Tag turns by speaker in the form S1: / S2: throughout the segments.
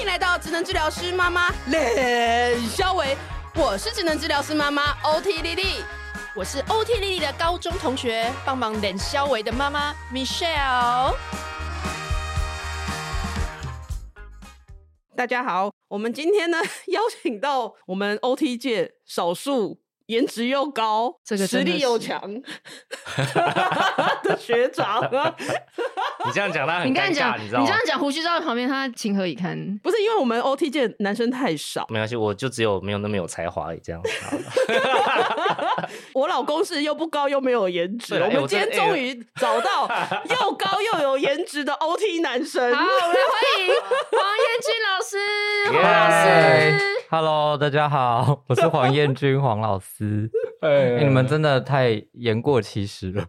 S1: 迎来到职能治疗师妈妈冷肖维，我是职能治疗师妈妈 OT 丽丽，
S2: 我是 OT 丽丽的高中同学，帮忙冷肖维的妈妈 Michelle。
S1: 大家好，我们今天呢 邀请到我们 OT 界少数颜值又高、
S2: 这个
S1: 实
S2: 真的
S1: 力又
S2: 是
S1: 强 的学长啊，
S3: 你这样讲他很
S2: 你刚才
S3: 尴尬，
S2: 讲，
S3: 你
S2: 你
S3: 知
S2: 这
S3: 道吗
S2: 样？讲，胡须照在旁边，他情何以堪？
S1: 不是因为我们 OT 界男生太少，
S3: 没关系，我就只有没有那么有才华而已，这样。好
S1: 我老公是又不高又没有颜值，
S3: 对啊
S1: 我
S3: 哎
S1: 们
S3: 我
S1: 今
S3: 真
S1: 天
S3: 哎
S1: 终于找到又高又有颜值的 OT 男生
S2: 好，。我们来欢迎黄彦君老师，黄 老
S3: 耶
S2: 师。
S4: Hello，大家好， 我是黄彦君，黄老 师。哎你们真的太言过其实了，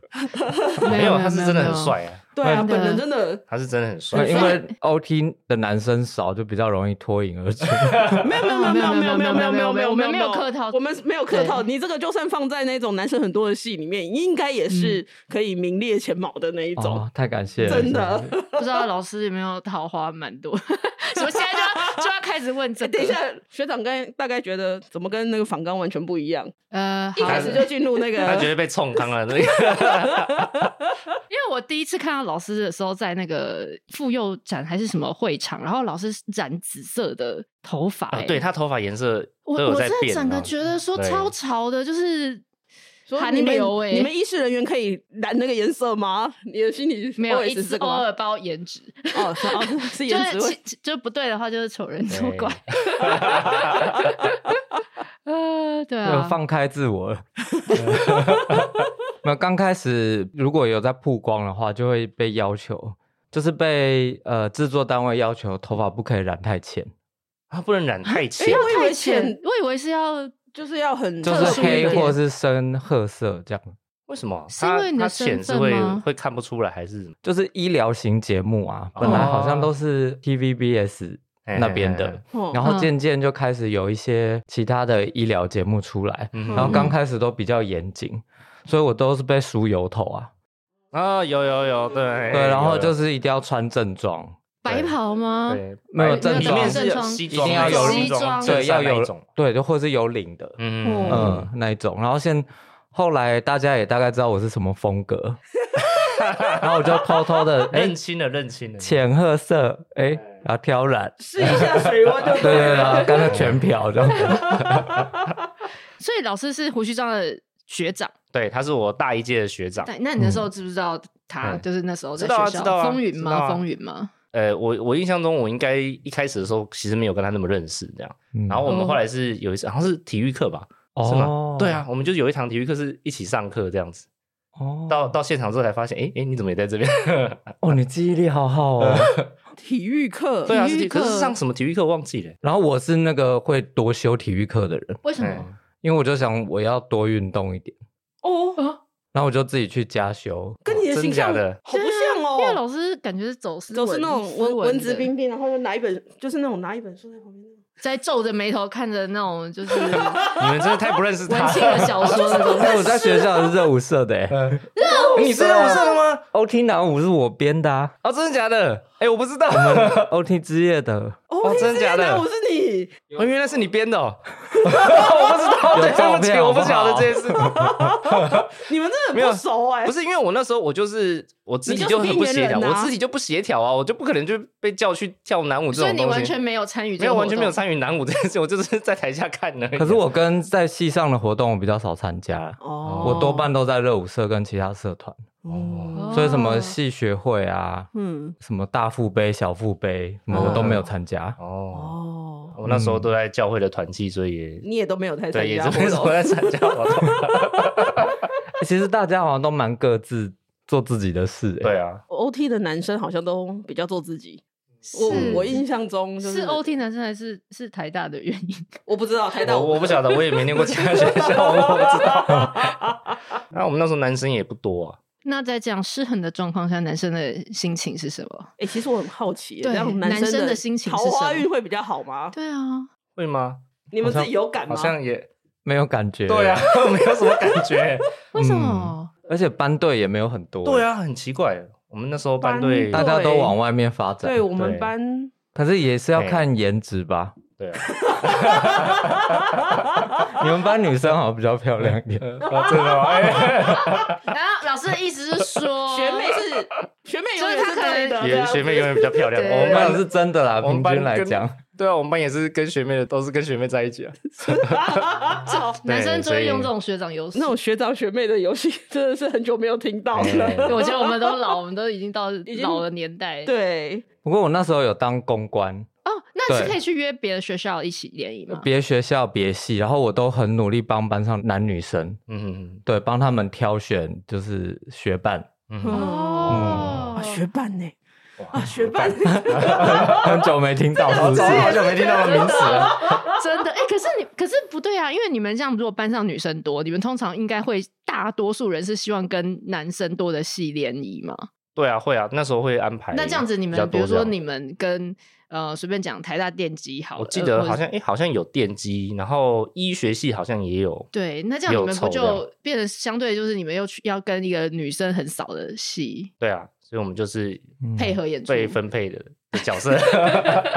S3: 没有，他是真的很。帅啊，
S1: 对啊，
S2: 真的
S1: 本人 真的
S3: 他是真的很帅。
S4: 因为 OT 的男生少，就比较容易脱颖 而出。哦
S1: 没有没有没有没有没有没有没有没有没有
S2: 没有客套
S1: 我们没有客套。你这个就算放在那种男生很多的戏里面，应该也是可以名列前茅的那一种
S4: 哦。，太感谢了，
S1: 真的
S4: 真
S2: 不知道老师有没有桃花蛮多？ 怎么现在就要就要开始问这
S1: 哎
S2: 个？
S1: 等一，下，学长刚才大概觉得怎么跟那个仿纲完全不一样？
S2: 呃，
S1: 一
S2: 好
S1: 开始就进入那个，
S3: 他绝对被冲 康了，那个
S2: 因为我第一次看到老师的时候，在那个妇幼展还是什么会场，然后老师染紫色的头发、
S3: 啊
S2: 哎
S3: 对他头发颜色
S2: 我
S3: 都有
S2: 我
S3: 在
S2: 真的
S3: 变
S2: 整个
S3: 啊。
S2: 觉得说
S3: 对
S2: 超潮的，就是
S1: 说
S2: 韩
S1: 你们
S2: 流哎、
S1: 你们医师人员可以染那个颜色吗？你的心里
S2: 没有一
S1: OS 是
S2: 直
S1: 这个
S2: 偶
S1: 吗？
S2: 尔包颜值，
S1: 哦，是哦是
S2: 就
S1: 颜
S2: 是
S1: 值会
S2: 其其就不对的话就是丑人丑怪，呃，对
S4: 的
S2: 啊
S4: 就，放开自我了。 没有，刚开始如果有在曝光的话，就会被要求，就是被呃制作单位要求头发不可以染太浅，
S3: 他不能染太浅，
S1: 我以为
S2: 太浅
S1: 浅，
S2: 我以为是要
S1: 就是要很
S4: 就
S1: 特
S4: 是
S1: 殊一
S4: 黑
S1: 点
S4: 或是深褐色这样。
S3: 为什么？
S2: 是因
S3: 他
S2: 为你的
S3: 他浅是
S2: 身份
S3: 会
S2: 吗
S3: 会看不出来，还是什么
S4: 就是医疗型节目啊，本来好
S3: 哦
S4: 像都是 TVBS
S3: 哎
S4: 那边的，
S1: 哦
S4: 然
S3: 嗯
S4: 后渐渐就开始有一些其他的医疗节目出来，
S3: 嗯
S4: 然后刚开始都比较严谨，所以我都是被梳油头啊，
S3: 啊，有有哎有，对
S4: 对，然后就是是一定要穿正装，
S2: 白袍吗？
S3: 对，
S4: 没
S2: 哎
S4: 有正
S3: 里
S4: 装
S3: 面是
S2: 正
S3: 有
S2: 装
S3: 西
S4: 一
S3: 装
S4: 定
S3: 那
S4: 要
S3: 种，
S4: 有
S2: 西装
S3: 哦正
S4: 对，要
S3: 衫那
S4: 有
S3: 一种，
S4: 对，就或是有领的，
S2: 哦
S3: 嗯
S4: 嗯，那一种，然后现后来大家也大概知道我是什么 风格，然后我就偷偷的哎
S3: 认清了，认清了。
S4: 浅褐色，哎，然后挑染，
S1: 试一下水温就
S4: 对对对，然后干脆全漂这样子。
S2: 所以老师是胡须章的学长，
S3: 对，他是我大一届的学长。
S2: 对，那你那时候知不知道他？
S3: 嗯
S2: 就是那时候在
S3: 知道啊
S2: 学校
S3: 知道啊
S2: 风云
S3: 知道
S2: 吗？
S3: 啊
S2: 风云吗？
S3: 呃，我我印象中，我应该一开始的时候其实没有跟他那么认识，这样。
S4: 嗯
S3: 然后我们
S2: 哦
S3: 后来是有一次，好像是体育课吧，是吗？对啊，，我们就有一堂体育课是一起上课这样子。
S4: 哦
S3: 到到现场之后才发现，哎哎，你怎么也在这边？
S4: 哦，你记忆力好好哦。
S1: 体育课，
S3: 对啊，是
S2: 体育
S3: 体可
S2: 课
S3: 是上什么体育课忘记了。
S4: 然后我是那个会多修体育课的人，
S2: 为什么？
S3: 嗯
S4: 因为我就想我要多运动一点，
S1: 哦，
S2: 啊，
S4: 然后我就自己去加修。
S1: 跟你的
S3: 真
S1: 形象
S3: 假的
S1: 好不像哦，
S2: 啊因为老师感觉是走斯
S1: 总是那种文文质彬
S2: 彬，
S1: 彬，然后就拿一本，就是那种拿一本书在旁边那种。
S2: 在皱着眉头看着那种 就是文
S3: 哎你们真的太不认识他
S2: 青的
S3: 了。
S2: 小说那种。
S4: 那哎我在学校是热舞社的、欸，
S3: 你是认识的吗？、
S4: ，OT 男舞是我编的、啊
S3: 哦，真的假的？哎，我不知道。
S4: ，OT 之夜的
S1: 哦
S3: 真的假的
S1: 我是你，
S3: 哦，原来是你编的哦。我不知道，
S4: 有
S3: 对对
S4: 照
S3: 不起，
S4: 片
S3: 我
S4: 好不
S3: 不晓得
S4: 好
S3: 这件事。
S1: 你们真
S3: 没
S1: 的
S3: 有
S1: 不熟哎、
S3: 不是因为我那时候我就是我自己
S1: 你就是
S3: 很不
S1: 边
S3: 协
S1: 缘
S3: 调，
S1: 人啊
S3: 我自己就不协调啊，我就不可能就被叫去跳男舞这
S2: 所以
S3: 种东西。
S2: 你完全没有参与，
S3: 没有完全没有。参与男舞这件事， 我就是在台下看啊的。
S4: 可是我跟在戏上的活动我比较少参加，
S1: 哦
S4: 我多半都在热舞社跟其他社团，
S1: 哦，
S4: 所以什么戏学会啊，
S1: 嗯，
S4: 什么大腹杯、小腹杯，什么我都没有参加。
S3: 哦，
S1: 哦，
S3: 我那时候都在教会的团契，所以
S1: 你也都没有太参
S3: 对也
S1: 加
S3: 是没什
S1: 活
S3: 么
S1: 动，
S3: 在参加活动。
S4: 其实大家好像都蛮各自做自己的事、欸。
S3: 对啊，
S1: OT 的男生好像都比较做自己，我
S2: 是
S1: 我印象中就是
S2: 是 OT 男生还是是台大的原因？
S1: 我不知道台大
S3: 我我不晓得，我也没念过其他学校， 我不知 道。那我们那时候男生也不多啊，
S2: 那在这样失衡的状况下，男生的心情是什么？
S1: 哎、其实我很好奇，这
S2: 对
S1: 样
S2: 男
S1: 生
S2: 生的心情是
S1: 桃
S2: 什么
S1: 花运会比较好吗？
S2: 对啊，
S3: 会吗？
S1: 你们自己有感
S3: 好
S1: 吗？
S3: 像也
S4: 没有感觉。
S3: 对啊，，没有什么感 觉。
S2: 为什么？
S4: 而且班队也没有
S3: 啊
S4: 很多。欸
S3: 对，啊，很奇怪。我们那时候班
S1: 班
S3: 队
S4: 大家都往外面发展。
S1: 对我们
S3: 对
S1: 班
S4: 可是也是要看颜值吧。
S3: 对啊，
S4: 你们班女生好像比较漂亮一点，
S3: 呃啊 真的吗？哎
S2: 然后啊老师的意思是说，
S1: 学妹是学妹永远是对的，对
S3: 也
S1: 啊
S3: 学妹永远比较漂亮。
S2: 对
S3: 我
S4: 我
S3: 们
S4: 们
S3: 班
S4: 班是真的啦，
S3: 我们
S4: 平
S3: 班
S4: 均来
S3: 跟
S4: 讲，
S3: 对啊，我们班也是跟学妹的，都是跟学妹在一起啊。
S2: 男生只
S3: 所
S2: 会
S3: 以
S2: 用这种学长优势
S1: 那。种学长学妹的游戏真的是很久没有听到
S3: 哎
S1: 了。
S2: 我觉得我们都老，我们都已经到
S1: 经
S2: 老的年代。
S1: 对，
S4: 不过我那时候有当公关，
S2: 哦，那是
S4: 对
S2: 可以去约别的学校一起联谊吗？
S4: 别学校别系，然后我都很努力帮班上男女生，
S3: 嗯
S4: 对，帮他们挑选就是学伴，
S3: 嗯
S1: 嗯
S3: 嗯，
S2: 哦
S1: 啊，学伴呢？啊，学伴，
S4: 很久没听 到是不是？
S3: 真的好久没听到的名词了。
S2: 真的哎、可是你可是不对啊，因为你们这样，如果班上女生多，你们通常应该会大多数人是希望跟男生多的系联谊嘛。
S3: 对啊，会啊，那时候会安排。
S2: 那这样子，你
S3: 比较
S2: 们比
S3: 多
S2: 如
S3: 这
S2: 说
S3: 样
S2: 你们跟呃随便讲台大电机好了，
S3: 我记
S2: 呃
S3: 得
S2: 或者
S3: 好像哎、好像有电机，然后医学系好像也有。
S2: 对，那这样你
S3: 有
S2: 们不
S3: 凑这
S2: 就
S3: 样
S2: 变得相对就是你们又去要跟一个女生很少的系
S3: 对啊，所以我们就是
S4: 嗯
S2: 配合演出？
S3: 被分配的的角 色。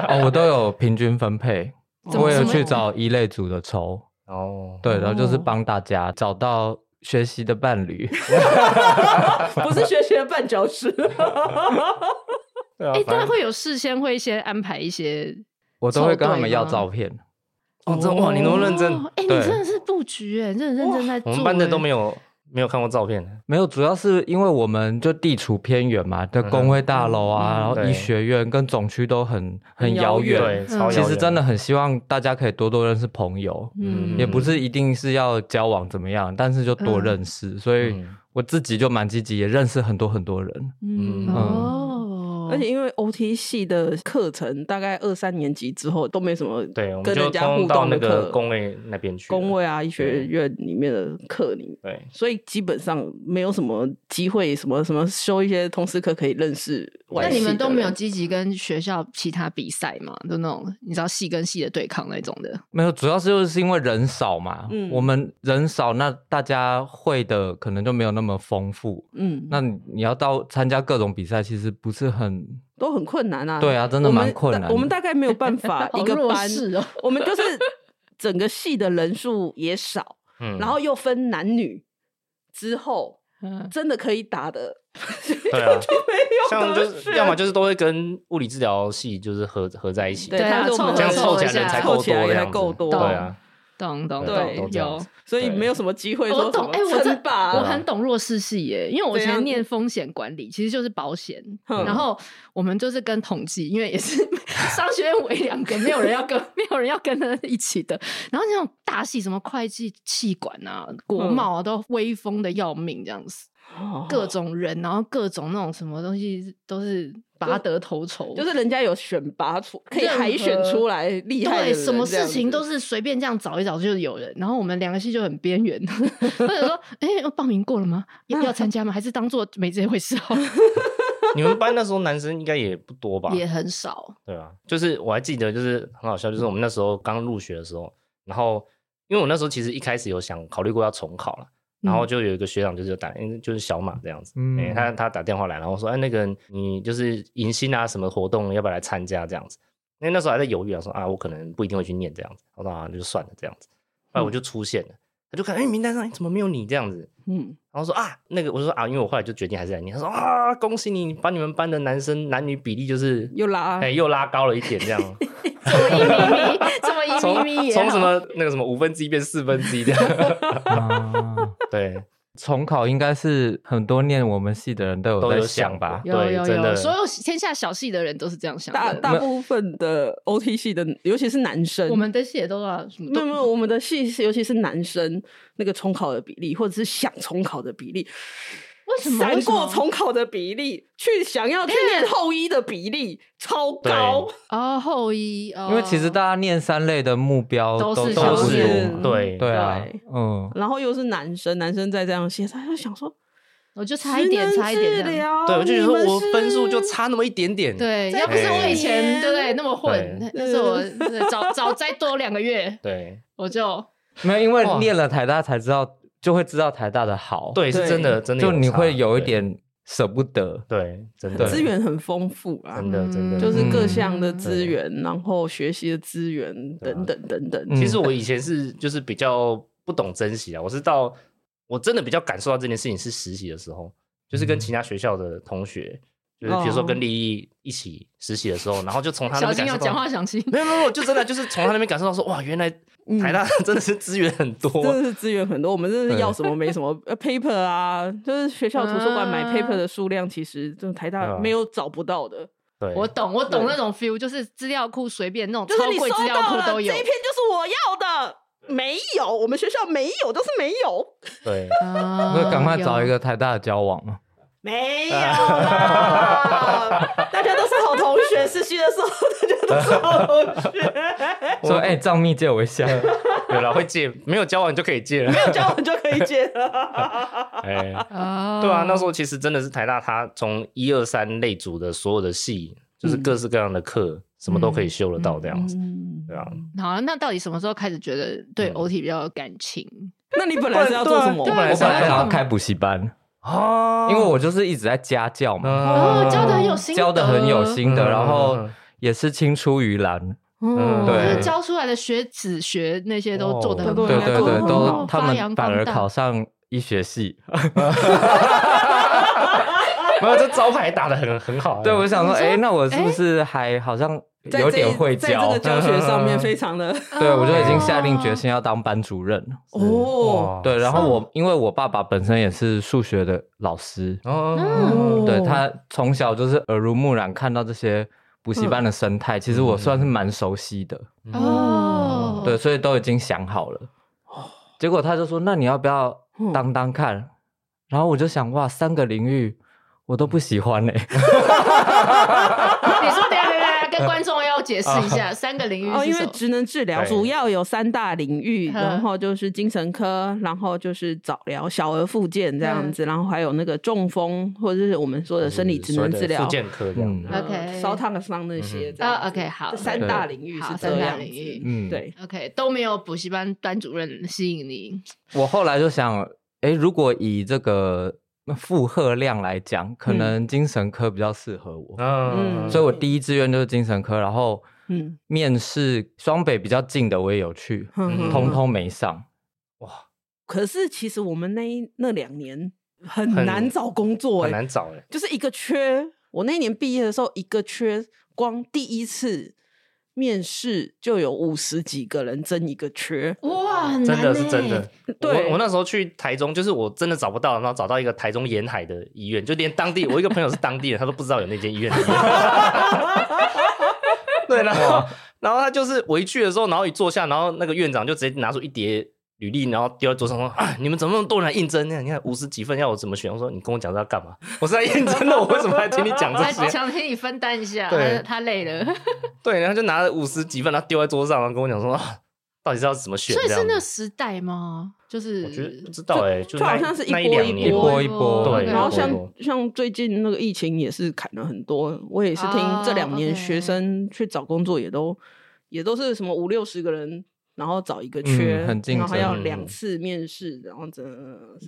S4: 哦，我都有平均分配，
S2: 怎么
S4: 我有
S2: 怎么
S4: 去找一类组的抽，
S3: 哦，
S4: 对，
S2: 哦
S4: 然后就是帮大家找到学习的伴侣。
S1: 不是学学伴教室。
S3: 对啊
S2: 哎，，
S3: 反
S2: 但
S3: 正
S2: 会有事先会先安排一些
S4: 我都会跟他们要照片，
S3: 哦，真的哇，你那么认真，
S2: 哦哎，你
S4: 对
S2: 真的是布局哎，你真的认真在做
S3: 我
S2: 哎。
S3: 们班的都没有没有看过照片的。
S4: 没有，主要是因为我们就地处偏远嘛，的
S3: 嗯
S4: 工会大楼
S2: 嗯
S4: 啊，然后
S3: 对
S4: 医学院跟总区都很很遥
S1: 对
S4: 远。
S3: 对，超
S4: 其
S3: 遥
S4: 实
S3: 远嗯哦
S4: 真的很希望大家可以多多认识朋友，
S2: 嗯，
S4: 也不是一定是要交往怎么样，但是就多
S2: 嗯
S4: 认识。所以
S3: 嗯
S4: 我自己就蛮积极，也认识很多很多人。
S2: 嗯
S3: 嗯
S2: 哦，
S1: 而且因为 OT 系的课程大概二三年级之后都没什么
S3: 对，我们
S1: 跟
S3: 就
S1: 人家互
S3: 通到
S1: 动
S3: 那
S1: 的
S3: 个
S1: 课，
S3: 工位那边去了。
S1: 工位啊、医学院里面的课里面
S3: 对，
S1: 所以基本上没有什么机会，什么什么修一些通识课可以认识外
S2: 那
S1: 系的人。
S2: 你们都没有积极跟学校其他比赛嘛？就那种你知道系跟系的对抗那种的。
S4: 没有，主要是就是因为人少嘛，
S1: 嗯
S4: 我们人少，那大家会的可能就没有那么丰富。
S1: 嗯，
S4: 那你你要到参加各种比赛，其实不是很
S1: 都很困难啊。
S4: 对啊真的
S1: 我们
S4: 蛮困难的
S1: 我们大概没有办 法一个
S2: 好弱
S1: 班，
S2: 势哦
S1: 我们就是整个系的人数也少，
S3: 嗯，
S1: 然后又分男女，之后
S2: 嗯，
S1: 真的可以打的
S3: 对啊，
S1: 没有
S3: 像就
S1: 得
S3: 是
S1: 选，
S3: 要么就是都会跟物理治疗系就是合合在一起，
S1: 对，
S2: 对啊
S1: 他是我们
S3: 这样
S2: 凑
S3: 凑
S2: 一
S3: 起
S2: 下
S3: 来人才
S1: 凑
S3: 够
S1: 起
S3: 多
S1: 来
S3: 的
S1: 人才
S3: 样子，
S1: 够多，
S3: 对
S2: 懂
S3: 啊，
S2: 懂懂
S3: 对
S1: 对
S2: 懂，
S3: 都这样
S2: 有
S3: 子。
S1: 所以没有什么机会
S2: 我
S1: 说什
S2: 懂，
S1: 么
S2: 哎、我真
S1: 称霸
S2: 我
S1: 啊
S2: 很懂弱势系耶，因为我以
S1: 怎
S2: 前
S1: 样
S2: 念风险管理，其实就是保险，
S1: 哼
S2: 然后我们就是跟统计，因为也是 商学院唯两个没有人要跟没有人要跟他一起的，然后那种大系什么会计、气管啊、国
S1: 嗯
S2: 贸啊，都威风的要命这样子，
S1: 哦
S2: 各种人，然后各种那种什么东西都是拔得头筹，
S1: 就是人家有选拔出，可以
S2: 任何
S1: 海选出来厉害的
S2: 对，
S1: 人
S2: 什么事情都
S1: 这样子
S2: 是随便这样找一找就有人。然后我们两个系就很边缘， 或者说，哎、报名过了吗？要要参加吗？还是当做没这回事哦好了？
S3: 你们班那时候男生应该也不多吧？
S2: 也很少，
S3: 对啊，就是我还记得，就是很好笑，就是我们那时候刚入学的时候，然后因为我那时候其实一开始有想考虑过要重考了，然后就有一个学长就是有打，嗯就是小马这样子，
S4: 嗯
S3: 嗯，他他打电话来，然后说，哎，那个你就是迎新啊什么活动要不要来参加这样子？因为那时候还在犹豫啊，说啊我可能不一定会去念这样子，我说啊那就算了这样子，后来我就出现了，他就看哎名单上哎怎么没有你这样子，
S1: 嗯，
S3: 然后说啊，那个我就说啊，因为我后来就决定还是来念。他说啊，恭喜你，把你们班的男生男女比例就是
S1: 又拉
S3: 哎、又拉高了一点，这样
S2: 这么一咪咪，这么
S3: 从
S2: 一咪咪也
S3: 从
S2: 好
S3: 什？么那个什么五分之一变四分之一这样。
S4: 啊。
S3: 对，
S4: 重考应该是很多念我们系的人都有
S3: 都
S4: 在
S3: 有
S4: 想
S3: 想
S4: 吧？
S3: 过
S2: 有
S3: 对
S2: 有
S3: 真
S2: 有，
S3: 的
S2: 所有天下小系的人都是这样想
S1: 大
S2: 的。
S1: 大部分的 OT 系的，尤其是男生，
S2: 我们的系也都要什么
S1: 没有
S2: 都
S1: 没有，我们的系是尤其是男生那个重考的比例，或者是想重考的比例，
S2: 为什么
S1: 闪
S2: 为什么
S1: 过重考的比例，去想要去念后一的比例超
S3: 对
S1: 高，
S2: 哦后一，哦
S4: 因为其实大家念三类的目标
S2: 都
S4: 都
S2: 是
S3: 都
S4: 差不
S1: 想
S3: 是
S1: 念
S4: 多，
S3: 对
S4: 对啊
S1: 对，
S4: 嗯，
S1: 然后又是男生，男生再这样写，他就想说
S2: 我就差一点，
S1: 职能
S2: 差一点这
S1: 治疗
S2: 样。
S3: 对，我就觉得
S1: 哦你们
S3: 我
S1: 是
S3: 分数就差那么一点点。
S2: 对，
S1: 再
S2: 要不是我
S3: 过
S2: 以
S3: 一
S2: 前
S1: 年
S2: 对不对那么混，
S3: 对
S2: 那是我对早早再多两个月，
S3: 对
S2: 我就
S4: 没有，因为
S3: 哇
S4: 念了台大才知道，就会知道台大的好，
S3: 对，
S1: 对
S3: 是真的真的差，
S4: 就你会有一
S3: 对
S4: 点舍不得。
S3: 对，真的
S4: 对
S1: 资源很丰富啊
S3: 真，的真的
S1: 就是各项的
S2: 嗯
S1: 资源，然后学习的资源
S3: 对啊
S1: 等等等等。
S4: 嗯
S3: 其实我以前是就是比较不懂珍惜啊，我是到我真的比较感受到这件事情是实习的时候，就是
S2: 嗯
S3: 跟其他学校的同学，就是比如说跟丽丽一起实习的时候，然后就从他
S2: 哦
S3: 那
S2: 小
S3: 边
S2: 心
S3: 感
S2: 要
S3: 受
S2: 讲
S3: 到
S2: 话，小心。
S3: 没有没有，没有就真的就是从他那边感受到说，哇，原来
S1: 嗯
S3: 台大真的是资源很 多，
S1: 真的是资源很多，我们真的是要什么没什么。呃，paper 啊，就是学校图书馆买
S2: 啊
S1: paper 的数量，其实就台
S3: 对啊
S1: 大没有找不到的，
S3: 对，
S2: 我懂，我懂
S1: 对
S2: 那种 feel，就是资料库随便那种
S1: 就是
S2: 超
S1: 你
S2: 贵
S1: 收
S2: 资料
S1: 到
S2: 库
S1: 了
S2: 都有
S1: 这一篇就是我要的，没有，我们学校没有，就是没有，
S3: 对，
S2: 啊
S4: 所以赶快找一
S2: 有
S4: 个台大的交往啊嘛。
S1: 没有啦，大家都是好同学，实习的时候大家都是好同学，
S4: 说哎，账密 借我一下。
S3: 有了会借，没有交往你就可 以借了，
S1: 没有交往就可以见了。
S3: 哎。
S2: 啊
S3: 对啊，那时候其实真的是台大，它从一二三类组的所有的系，就是各式各样的课，什么都可以修得到这样子。对啊，
S4: 嗯
S2: 好，那到底什么时候开始觉得对
S3: 嗯
S2: OT 比较有感情？
S1: 那你本来是要做什么？
S3: 对啊对
S4: 我
S3: 啊
S4: 本来想要开补习班，
S3: 哦
S2: 嗯
S4: 因为我就是一直在家教嘛，
S1: 嗯
S2: 哦，教的很有心得，
S4: 教的很有心得，
S3: 嗯
S4: 然
S3: 嗯嗯
S4: 后
S3: 嗯
S4: 也是青出于蓝，
S2: 嗯，
S3: 对
S2: 就是教出来的学子学那些都做的很
S1: 哦
S2: 好，
S4: 对对对，
S2: 哦
S4: 都他
S2: 发扬
S4: 们反
S2: 光
S4: 而
S2: 大
S4: 考上医学系。
S1: 嗯
S3: 没有这招牌打的很很好啊。
S4: 对，我想说，
S2: 你说
S4: 哎，那我是不
S2: 哎
S4: 是还好像
S1: 啊在
S4: 啊有
S1: 这
S4: 点会
S1: 在这
S4: 教
S1: 个？教学上 面非常的
S4: 对，我就已经下定决心要当班主任了。
S1: 哦。
S3: 哇
S4: 对，然后我因为我爸爸本身也是数学的老师，
S1: 嗯
S3: 哦，
S4: 对他从小就是耳濡目染，看到这些补习班的生
S1: 嗯
S4: 态，其实我算是蛮熟悉的，
S2: 哦，
S4: 对，，所以都已经想好了。
S1: 哦
S4: 结果他就说：“那你要不要
S1: 嗯
S4: 当当看？”然后我就想，哇，三个领域我都不喜欢欸嘞、
S2: 你说等一下等一下，等一下跟观众要解释一下，三个领域
S1: 哦，
S2: 是
S1: 因
S2: 什
S1: 为
S2: 么？
S1: 职能治疗
S3: 对
S1: 主要有三大领域，
S2: 呵
S1: 然后就是精神科，然后就是早疗、小儿复健这样子，然后还有那个中风或者是我们说的生理职能治疗
S3: 复、健科这样。
S4: 嗯
S1: 呃
S2: OK
S1: 烧烫伤那些这样子。
S2: 啊，OK，好，
S1: 这三大领域
S2: 好
S1: 是
S2: 三
S1: 这
S2: 大
S1: 样
S2: 领域
S1: 子。
S4: 嗯，
S1: 对，
S2: OK，都没有补习班班主任吸引你，
S4: 我后来就想，哎、如果以这个负荷量来讲，可
S1: 嗯
S4: 能精神科比较适合我，
S3: 嗯，
S4: 所以我第一志愿就是精神科，然后
S1: 嗯
S4: 面试双北比较近的我也有去，
S1: 哼哼
S4: 嗯通通没上。
S1: 可是其实我们那一那两年很
S3: 很
S1: 难找工作、
S3: 很
S1: 欸，
S3: 难找哎。
S1: 就是一个缺。我那一年毕业的时候，一个缺，光第一次面试就有五十几个人争一个缺。
S2: 哇，很
S3: 真
S2: 嗯难
S3: 的是
S2: 呢
S3: 真的，
S1: 对
S3: 我我那时候去台中，就是我真的找不到，然后找到一个台中沿海的医院，就连当地我一个朋友是当地人，他 都不知道有那间医院。对，然后然后他就是我一去的时候，然后一坐下，然后那个院长就直接拿出一叠履历，然后丢在桌上说：“啊，你们怎么那么多人来应征呢？你看五十几份要我怎么选？”我说：“你跟我讲这要干嘛？我是来应征的，我为什么来听你讲 这
S2: 他
S3: 些？”
S2: 想请你分担一下，
S3: 对
S2: 他他累
S4: 嗯
S2: 了，
S3: 对，然后就拿了五十几份，然后丢在桌上，然后跟我讲说，啊到底是要怎么选？
S2: 所以
S3: 这
S2: 是
S3: 样
S2: 那个
S3: 子
S2: 时代吗？就是
S3: 我觉得不知道哎、就
S1: 就好
S3: 那
S1: 像是一
S3: 那
S1: 波
S3: 两
S1: 一
S3: 年
S4: 一波一波
S3: 对
S2: OK
S1: 然后像
S3: 对对
S1: 像最近那个疫情也是砍了很多，我也是听
S2: 啊
S1: 这两年学
S2: OK
S1: 生去找工作也都、也都是什么五六十个人，然后找一个缺，
S4: 嗯很竞
S1: 然后还要
S3: 争
S1: 两次面试，然后这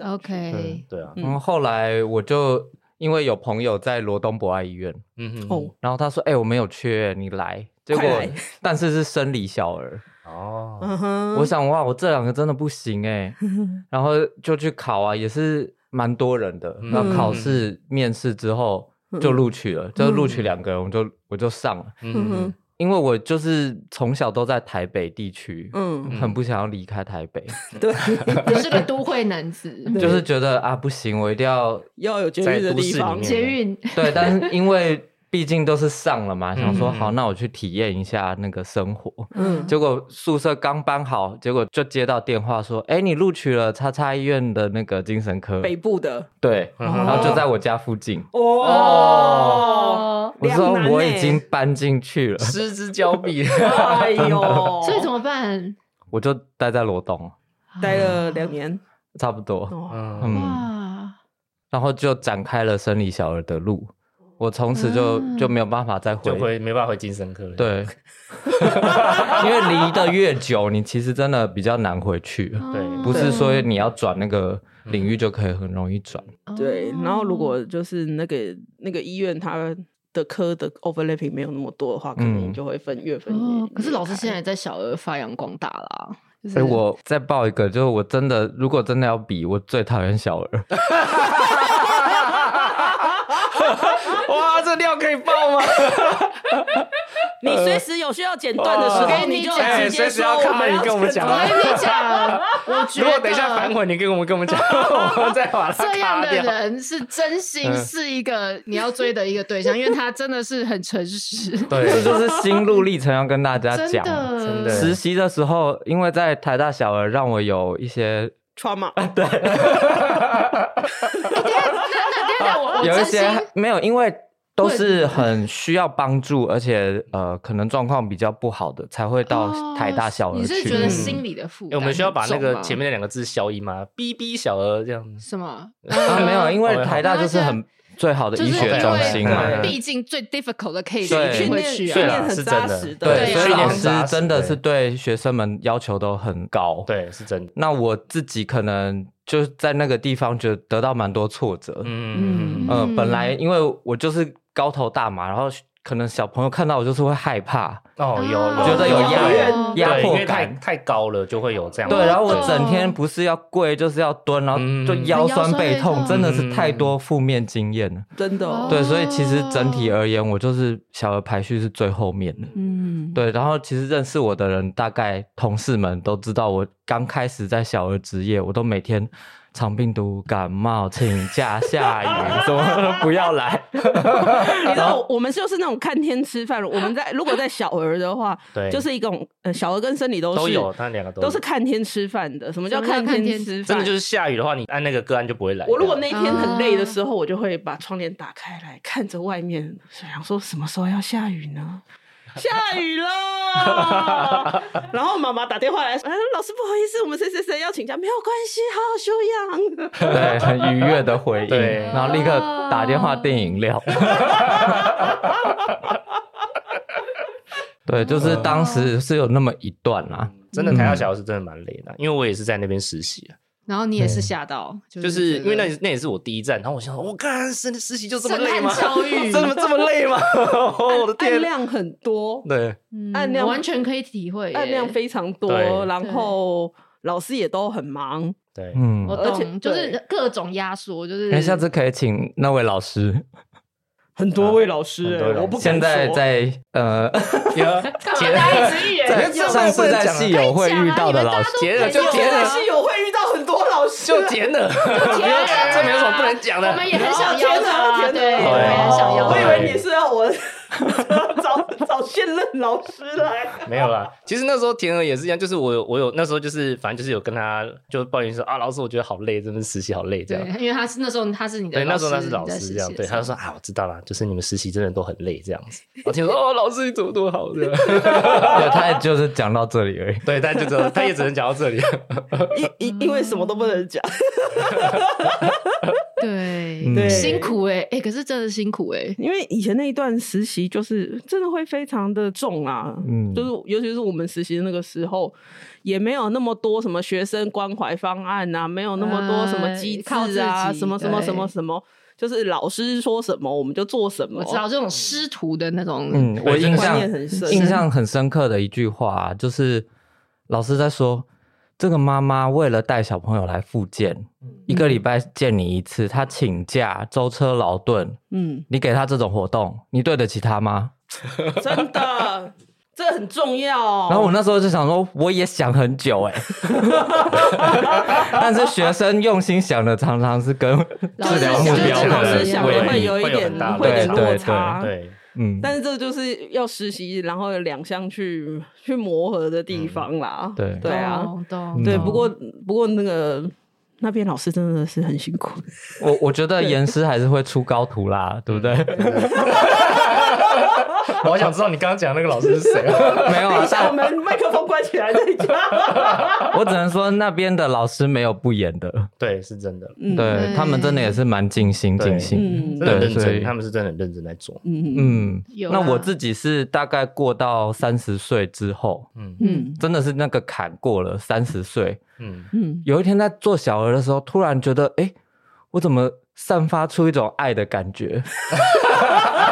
S2: OK，
S3: 嗯，对啊，
S1: 嗯
S4: 然后后来我就因为有朋友在罗东博爱医院，
S3: 嗯
S1: 哦
S3: 哼，
S4: 然后他说：“哎、我们有缺，你来。”结果
S1: 快来
S4: 但是是生理小儿，
S3: 哦，
S1: 嗯哼，
S4: 我想哇，我这两个真的不行 哎、然后就去考啊，也是蛮多人的。
S3: 嗯
S4: 然后考试、面试之后就录取了，就录取两个人，我就我就上了。
S1: 嗯哼
S3: 嗯，
S4: 因为我就是从小都在台北地区，
S1: 嗯
S4: 很不想要离开台 北，
S1: 对，
S2: 你是个都会男 子，
S4: 就是觉得啊不行，我一定要
S1: 要有节
S3: 在
S1: 育的
S3: 都
S1: 地
S3: 市里
S1: 方
S3: 面，
S2: 捷运
S4: 对，但是因为毕竟都是上 了嘛，想说
S3: 嗯
S4: 好，那我去体验一下那个生活。
S1: 嗯
S4: 结果宿舍刚搬好，结果就接到电话说，哎，你录取了叉叉医院的那个精神科，
S1: 北部的
S4: 对，
S3: 嗯
S4: 然
S3: 哼
S4: 后就在我家附近。
S1: 哦，
S2: 哦，
S4: 我说
S1: 两难
S4: 我
S1: 欸
S4: 已经搬进去了，
S3: 失之交臂，
S1: 哎呦，
S2: 所以怎么办？
S4: 我就待在罗东，
S1: 待了两年，
S4: 差不多，
S1: 哦，
S3: 嗯，
S4: 嗯，
S2: 哇，
S4: 然后就展开了生理小儿的路。我从此就
S2: 嗯
S4: 就没有办法再
S3: 就
S4: 回。
S3: 回没办法回精神科了。，
S4: 对， 因为离得越久，你其实真的比较难回去，
S3: 对
S2: 哦
S4: 不是说你要转那个领域就可以很容易转。
S2: 哦
S1: 对，然后如果就是那个那个医院它的科的 overlapping 没有那么多的话，可能
S4: 嗯
S1: 你就会分越分越
S2: 哦，可是老师
S1: 开
S2: 现在也在小额发扬光大啦。就是
S4: 所以哎我再报一个，就是我真的如果真的要比，我最讨厌小儿。哇，这料可以爆吗？
S1: 你随时有需要剪断的时
S3: 呃哦
S1: 候，
S2: 跟你
S1: 就
S2: 讲
S1: 直
S2: 哎
S1: 接
S3: 随时要
S1: 说我
S3: 看到
S1: 们
S3: 你
S1: 要
S3: 跟我们
S1: 剪
S3: 讲啊
S2: 我
S1: 断
S2: 跟你讲，我觉
S3: 如
S2: 得
S3: 果等一下反悔，你跟我们跟我们讲， 我们再把它
S2: 这样
S3: 卡
S2: 的
S3: 掉。
S2: 人是真心
S3: 嗯
S2: 是一个你要追的一个对象，因为他真的是很诚实，
S4: 这
S3: 对，哎
S4: 就是心路历程要跟大家
S2: 真
S4: 讲。
S2: 的
S3: 真的
S4: 实习的时候，因为在台大小儿，让我有一些
S1: trauma，
S2: 对对，我 我
S4: 有一
S2: 真心
S4: 些没有，因为都是很需要帮助，而且呃，可能状况比较不好的才会到台大小
S2: 哦
S4: 儿去。嗯
S2: 你是觉得心理的负
S3: 哎
S2: 担？
S3: 我们需要把那
S2: 很
S3: 个
S2: 重吗
S3: 前面那两个字消音吗？B B 小儿这样子。
S2: 什么？呃
S4: 啊？没有，因为台大就是
S2: 没
S4: 很最好的
S2: 就
S4: 医
S2: 是因
S4: 学中心嘛。
S2: 为
S3: 对
S2: 毕竟最 difficult 的 case
S4: 对
S2: 一定
S1: 训
S2: 会
S1: 练
S2: 去
S1: 训
S3: 对
S2: 啊。
S3: 啦
S1: 练
S3: 是
S1: 很
S3: 真
S1: 扎
S3: 的
S1: 实的，
S4: 对，
S2: 对
S4: 所以
S2: 啊
S4: 老
S2: 很
S4: 师
S3: 扎实
S4: 真的是对学生们要求都很高。，
S3: 对，是真的。
S4: 那我自己可能就在那个地方觉得得到蛮多挫折。
S3: 嗯，
S4: 嗯，呃，
S2: 嗯
S4: 本来因为我就是高头大马，然后可能小朋友看到我就是会害怕，
S3: 哦，有
S2: 啊
S4: 觉得有
S1: 压
S2: 哦
S4: 力压
S3: 对因
S4: 迫
S3: 为太
S4: 感
S3: 太高了，就会有这样的。
S4: 对，然后我
S2: 懂
S4: 整天不是要跪就是要蹲，然后就
S3: 哦嗯
S4: 哦
S2: 腰
S4: 腰酸背
S2: 酸背痛
S4: 痛，真的是太多负面经验了。
S1: 真的哦
S2: 哦
S4: 对，所以其实整体而言，我就是小儿排序是最后面的。
S1: 嗯，
S4: 对，然后其实认识我的人，大概同事们都知道，我刚开始在小儿职业，我都每天长病毒、感冒、请假、 下雨，什么都 不要来。
S1: 你知道我们就是那种看天吃饭，我们在如果在小儿的话，
S3: 对，
S1: 就是一种呃小儿跟生理都
S3: 都
S1: 是
S3: 有，他两个都
S1: 都是看天吃饭的。什么叫
S2: 什么叫
S1: 看
S2: 看
S1: 天
S2: 天
S1: 吃饭？
S3: 真的就是下雨的话，你按那个个案就不会来。
S1: 我如果那一
S2: 样
S1: 天很累的时候，我就会把窗帘打开来，看着外面，想说什么时候要下雨 呢？下雨了，然后妈妈打电话来说：“哎，老师不好意思，我们谁谁谁要请假，没有关系，好好 休养。
S4: 对，很愉悦的回应，
S3: 对
S4: 然后立刻打电话订 饮料。对，就是当时是有那么一段啦、
S3: 真的台大小时真的蛮累的，因为我也是在那边实习啊，
S2: 然后你也嗯是吓到，
S4: 嗯
S2: 就
S3: 就是因为那
S2: 觉得
S3: 那也是我第一站，然后我想说，我看实实习就这么
S2: 震
S3: 累
S2: 撼
S3: 吗？
S2: 教育
S3: 这么这么累吗？哦我的”
S1: 按
S3: 天！
S1: 量很多，
S3: 对，
S2: 嗯
S1: 按量
S2: 完全可以体会耶，
S1: 按量非常多
S3: 对，
S1: 然后老师也都很忙。
S3: 对，
S4: 嗯
S2: 我，
S1: 而且
S2: 懂，就是
S1: 对
S2: 各种压缩，就是
S4: 哎那下次可以请那位老师，
S1: 很多位老师、
S3: 啊很多位老师哎
S1: 我不敢
S4: 现在
S1: 说
S4: 在呃，
S3: 有
S2: 大家一直预
S3: 在
S2: 言，
S3: 这样
S4: 上次在戏友
S2: 啊
S4: 会遇到的老师，
S3: 结了就
S1: 我
S3: 结
S1: 现在
S3: 了，
S1: 是有会遇到很多老师，
S3: 就结了，
S2: 就结了
S3: 这没有什么不能讲的
S2: 我。们也 很想邀他，
S1: 天哪
S2: 对，
S1: 天哪
S2: 我们也很想邀
S1: 我以
S2: 他。
S1: 为你是要我 找找现任老师来。
S3: 没有啦，其实那时候田鹅也是一样，就是我有我有那时候就是反正就是有跟他就抱怨说啊，老师我觉得好累，真的实习好累这
S2: 对
S3: 样。，
S2: 因为他是那时候他是你的
S3: 对，
S2: 老师，
S3: 那时候他是老
S2: 你在
S3: 师这样，
S2: 实习的
S3: 对，
S2: 时
S3: 他
S2: 候
S3: 就说啊，我知道啦，就是你们实习真的都很累这样子。我听说 哦，老师你怎么那么好这样？
S4: 对，他也就是讲到这里而已。
S3: 对，但就只有他也只能讲到这里。
S1: 因因因为什么都不能讲，
S2: 对，
S4: 嗯对
S2: 辛苦哎、欸、哎、可是真的辛苦哎、欸。
S1: 因为以前那一段实习就是真的会非常的重啊，
S4: 嗯
S1: 就是尤其是我们实习的那个时候，也没有那么多什么学生关怀方案啊，没有那么多什么机
S2: 呃靠
S1: 制啊，
S2: 自己
S1: 什么什么
S2: 对
S1: 什么什么，就是老师说什么我们就做什么。
S2: 我知道这种师徒的那种，
S4: 嗯，我
S3: 对这个
S4: 印
S1: 观
S4: 象
S1: 念很深
S4: 印象很深刻的一句话、啊就是老师在说，这个妈妈为了带小朋友来复健，
S1: 嗯
S4: 一个礼拜见你一次，她请假舟车劳顿，
S1: 嗯，
S4: 你给她这种活动，你对得起她吗？
S1: 真的，这很重要哦。
S4: 然后我那时候就想说，我也想很 久哎、但是学生用心想的常常是跟
S2: 老
S4: 治
S2: 师
S4: 疗
S2: 想
S4: 目
S1: 就是
S4: 标
S1: 跟老
S4: 的
S1: 师想的
S4: 位
S1: 会
S4: 移
S1: 有一点
S3: 会有很大的
S1: 会有点
S4: 对对
S1: 落差，
S3: 对，
S4: 嗯，
S1: 但是这就是要实习，然后两项去去磨合的地方啦。
S4: 嗯对
S1: 对啊，
S2: 懂，懂
S1: 对。
S4: 嗯
S1: 不过不过那个那边老师真的是很辛苦，嗯
S4: 我我觉得严师还是会出高徒啦，对不对？
S3: 我好想知道你刚刚讲那个老师是谁。
S4: 没有
S1: 等
S4: 啊
S1: 一，下，我们麦克风关起来再 讲。
S4: 但我只能说那边的老师没有不演的，
S3: 对，是真的，
S1: 嗯
S4: 对他们真的也是蛮尽心
S3: 对
S4: 尽心。
S1: 嗯
S3: 真的很
S4: 对
S3: 认
S4: 所以
S3: 真，他们是真的很认真在做。
S1: 嗯
S4: 嗯，
S2: 有
S4: 那
S2: 啊
S4: 我自己是大概过到三十岁之后，
S3: 嗯
S2: 嗯，
S4: 真的是那个坎过了三十岁，
S3: 嗯，
S1: 嗯
S4: 有一天在做小儿的时候，突然觉得，哎、我怎么散发出一种爱的感觉？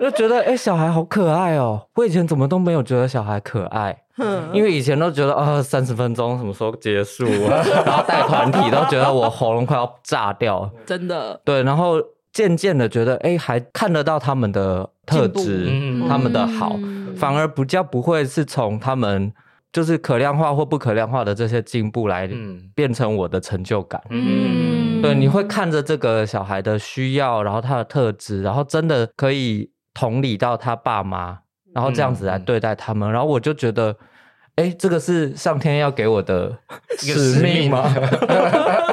S4: 就觉得，哎、小孩好可爱哦！我以前怎么都没有觉得小孩可爱，
S1: 嗯，
S4: 因为以前都觉得啊，三、0十分钟什么时候结束啊？然后带团体都觉得我喉咙快要炸掉。
S1: 真的，
S4: 对，然后渐渐的觉得，哎、还看得到他们的特质，
S3: 进步嗯
S4: 他们的好，
S2: 嗯
S4: 反而比较不会是从他们就是可量化或不可量化的这些进步来
S3: 嗯
S4: 变成我的成就感。
S2: 嗯
S4: 对，你会看着这个小孩的需要，然后他的特质，然后真的可以同理到他爸妈，然后这样子来对待他们，然后我就觉得。哎，这个是上天要给我 的
S3: 一个使
S4: 使命
S3: 命
S4: 吗？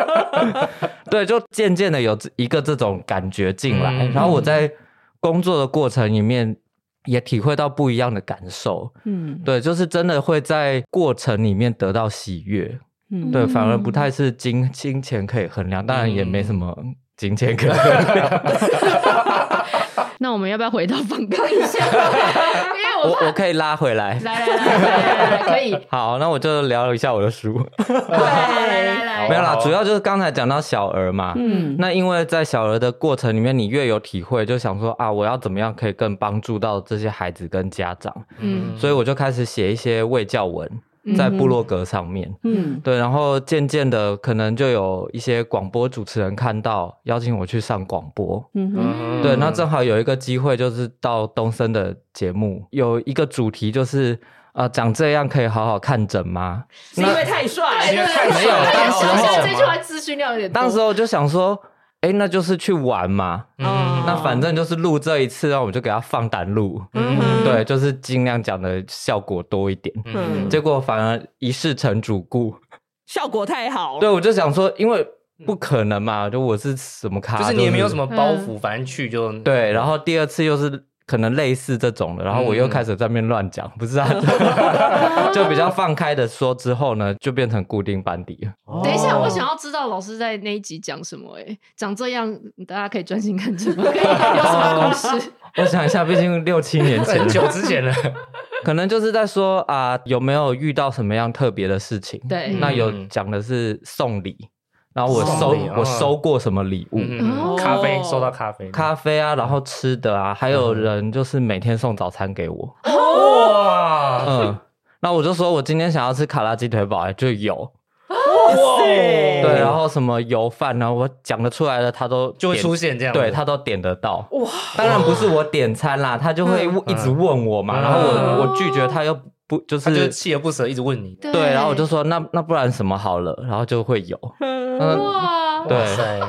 S4: 对，就渐渐的有这一个这种感觉进来，
S3: 嗯
S4: 然后我在工作的过程里面也体会到不一样的感受。
S1: 嗯
S4: 对，就是真的会在过程里面得到喜悦，
S1: 嗯
S4: 对，
S2: 嗯
S4: 反而不太是金金钱可以衡量，当然也没什么金钱可以衡量。
S2: 那我们要不要回到访刚一下？因为我
S4: 我
S2: 怕
S4: 我可以拉回来。
S2: 来来来来来来来，可以，
S4: 好，那我就聊一下我的书。
S2: 来来来来
S4: 没
S2: 来，
S4: 有啦
S3: 好，啊
S4: 主要就是刚才讲到小儿嘛。
S1: 嗯
S4: 那因为在小儿的过程里面，你越有体会，就想说啊，我要怎么样可以更帮助到这些孩子跟家长，
S2: 嗯
S4: 所以我就开始写一些卫教文在部落格上面。
S1: 嗯
S4: 对，然后渐渐的，可能就有一些广播主持人看到邀请我去上广播。
S1: 嗯哼
S3: 嗯
S4: 对，那正好有一个机会，就是到东森的节目，有一个主题就是，呃，长这样可以好好看诊吗？
S1: 是因为太帅，
S3: 因为太
S4: 没有当时候
S2: 这句话资讯量有点多，
S4: 当时我就想说，哎，那就是去玩嘛，
S1: 嗯
S4: 那反正就是录这一次，然后我们就给他放胆录，
S1: 嗯哼
S4: 对，就是尽量讲的效果多一点。
S1: 嗯
S4: 结果反而一试成主顾，
S1: 效果太好，
S4: 对，我就想说，因为不可能嘛，就我是什么咖，
S3: 就是你也没有什么包袱，反正去就
S4: 啊对，然后第二次又是可能类似这种的，然后我
S3: 嗯
S4: 又开始在那边乱讲，不是啊，就 比较放开的说之后呢，就变成固定班底了。
S3: 后
S2: 等一下，我想要知道老师在那一集讲什么、欸？哎，讲这样大家可以专心看直播，可以有什么故事？
S4: 我想一下，毕竟六七年前
S3: 很，久之前了，
S4: 哦可能就是在说啊，有没有遇到什么样特别的事情？
S2: 对
S4: 那有
S3: 嗯
S4: 讲的是送礼，然后我
S3: 送
S4: 收
S3: 礼啊
S4: 我收过什么礼物。
S2: 哦
S3: 嗯咖啡收到咖啡，
S4: 咖啡啊，然后吃的啊，还有
S3: 嗯
S4: 人就是每天送早餐给 我，
S2: 哦
S3: 哇
S4: 嗯，那我就说我今天想要吃卡拉鸡腿堡，哎就有，
S1: 哇塞，
S4: 对，然后什么油饭呢、我讲得出来的，他都
S3: 就会
S4: 点
S3: 出，现这样，
S4: 对他都点得到。
S1: 哇，
S4: 当然不是我点餐啦，他就会
S1: 嗯
S4: 一直问我嘛，
S3: 嗯
S4: 然后我我拒绝他又不就
S3: 他就是锲而不舍一直问你，
S2: 对
S4: 对，然后我就说那那不然什么好了，然后就会有，
S1: 嗯
S4: 嗯，
S2: 哇，
S4: 对
S3: 哇塞，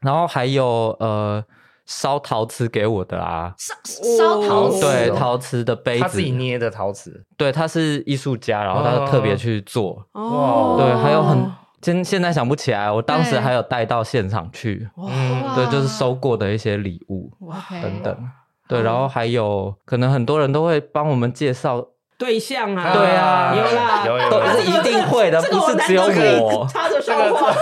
S4: 然后还有呃烧陶瓷给我的啊。
S2: 烧烧陶瓷，
S4: 对
S3: 哦
S4: 陶瓷的杯
S3: 他
S4: 子
S3: 自，己捏的陶瓷，
S4: 对，他是艺术家，然后他
S3: 哦
S4: 特别去做，
S1: 哦
S4: 对，还有很现现在想不起来，我当时还有带到现场去，
S1: 哇
S3: 嗯
S4: 对，就是收过的一些礼物，
S1: 哇
S2: OK
S4: 等
S1: 哦
S4: 等。对，然后还有可能很多人都会帮我们介绍，
S1: 对象啊，
S4: 对啊
S1: 有啦
S3: 有有
S4: 都
S3: 有
S4: 是一定会的，
S1: 这个
S4: 不
S1: 我
S4: 是
S1: 难
S4: 只有
S1: 得可以
S4: 我。
S1: 插着笑话。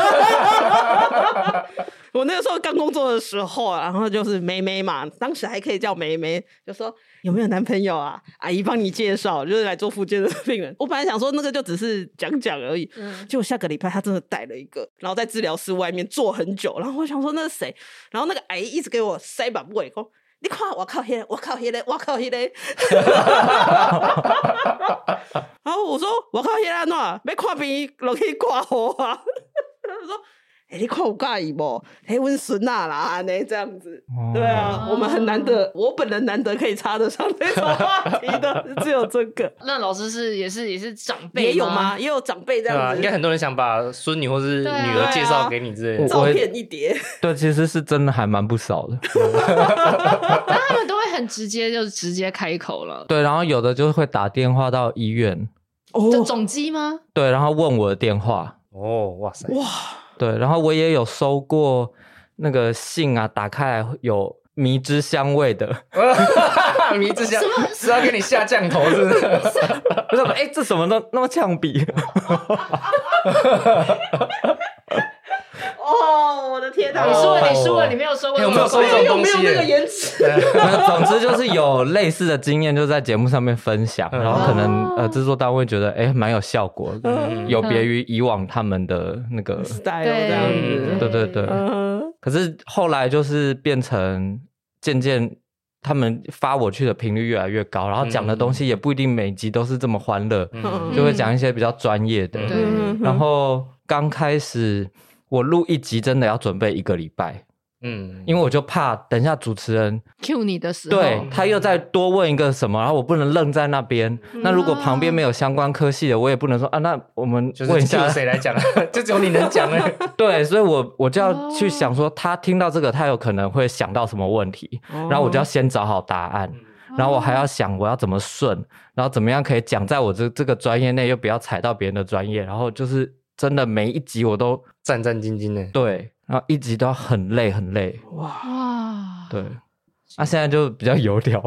S1: 我那个时候刚工作的时候啊，然后就是梅梅嘛，当时还可以叫梅梅，就说有没有男朋友啊？阿姨帮你介绍，就是来做复健的病人。我本来想说那个就只是讲讲而已，
S2: 嗯，
S1: 结果下个礼拜他真的带了一个，然后在治疗室外面坐很久，然后我想说那是谁？然后那个阿姨一直给我塞满胃，说你看我靠黑嘞，我靠黑嘞，我靠黑嘞。 然后我说我靠黑安诺，没看病，落去挂号啊。 他说。哎、你看我介意不？哎、温孙娜啦，安尼这样子，对啊，
S2: 哦
S1: 我们很难得，我本人难得可以插得上这种话题的， 只有这个，
S2: 那老师是也是也是长辈
S1: 也有吗？？也有长辈这
S3: 对
S1: 样子，
S3: 啊，应该很多人想把孙女或是女
S2: 啊
S3: 儿介绍给你之类
S4: 哦
S3: 的，
S1: 照片一叠，
S4: 对，其实是真的还蛮不少的。
S2: 但他们都会很直接，就直接开口了。
S4: 对，然后有的就会打电话到医院，
S2: 这
S1: 哦，
S2: 总机吗？
S4: 对，然后问我的电话，
S3: 哦，哇塞，
S1: 哇，
S4: 对，然后我也有收过那个信啊，打开来有迷之香味的，
S5: 迷之香是要给你下降头，是不是？
S4: 不是哎、诶这怎么那那么 呛鼻？
S1: 哦，我的天哪！
S2: 你
S1: 我
S2: 输
S1: 说
S2: 了，你输了，你没有说过
S5: 哎我没有说
S1: 没
S5: 这
S1: 有
S5: 种
S1: 有
S5: 东
S1: 没
S5: 西
S1: 有
S5: 耶
S1: 那个颜值？
S4: 那总之就是有类似的经验，就在节目上面分享，
S3: 嗯
S4: 然后可
S2: 哦
S4: 能呃制作单位觉得哎蛮、有效果，
S1: 嗯
S4: 有别于以往他们的那个。
S1: style
S2: 对
S1: 这样
S3: 嗯
S1: 子，
S4: 对对对，
S1: 嗯，
S4: 可是后来就是变成渐渐他们发我去的频率越来越高，然后讲的东
S5: 嗯
S4: 西也不一定每集都是这么欢乐，
S3: 嗯
S4: 就会讲一些比较专业的。
S3: 嗯
S2: 对
S1: 嗯
S4: 然后刚开始我录一集真的要准备一个礼拜，
S3: 嗯，
S4: 因为我就怕等一下主持人
S5: 嗯
S2: Q 你的时候，
S5: 哦
S4: 对他又再多问一个什么，然后我不能愣在那边。
S5: 嗯
S4: 那如果旁边没有相关科系的，我也不能说啊，那我们
S5: 就是
S4: 问一
S5: 叫
S4: 下。
S5: 谁来
S3: 啊
S5: 讲，就只有你能讲 哎。
S4: 对，所以我我就要
S5: 哦
S4: 去想说，他听到这个，他有可能会想到什么问题，
S1: 然
S4: 然后我就要先找好答案，然后我还要想我要怎么顺，然后怎么样可以讲在我这这个专业内，又不要踩到别人的专业，然后就是真的每一集我都
S3: 战战兢兢的，
S4: 对，然后一集都很累很累，
S1: 哇，
S2: 哇，
S4: 对。那、现在就比较油 条，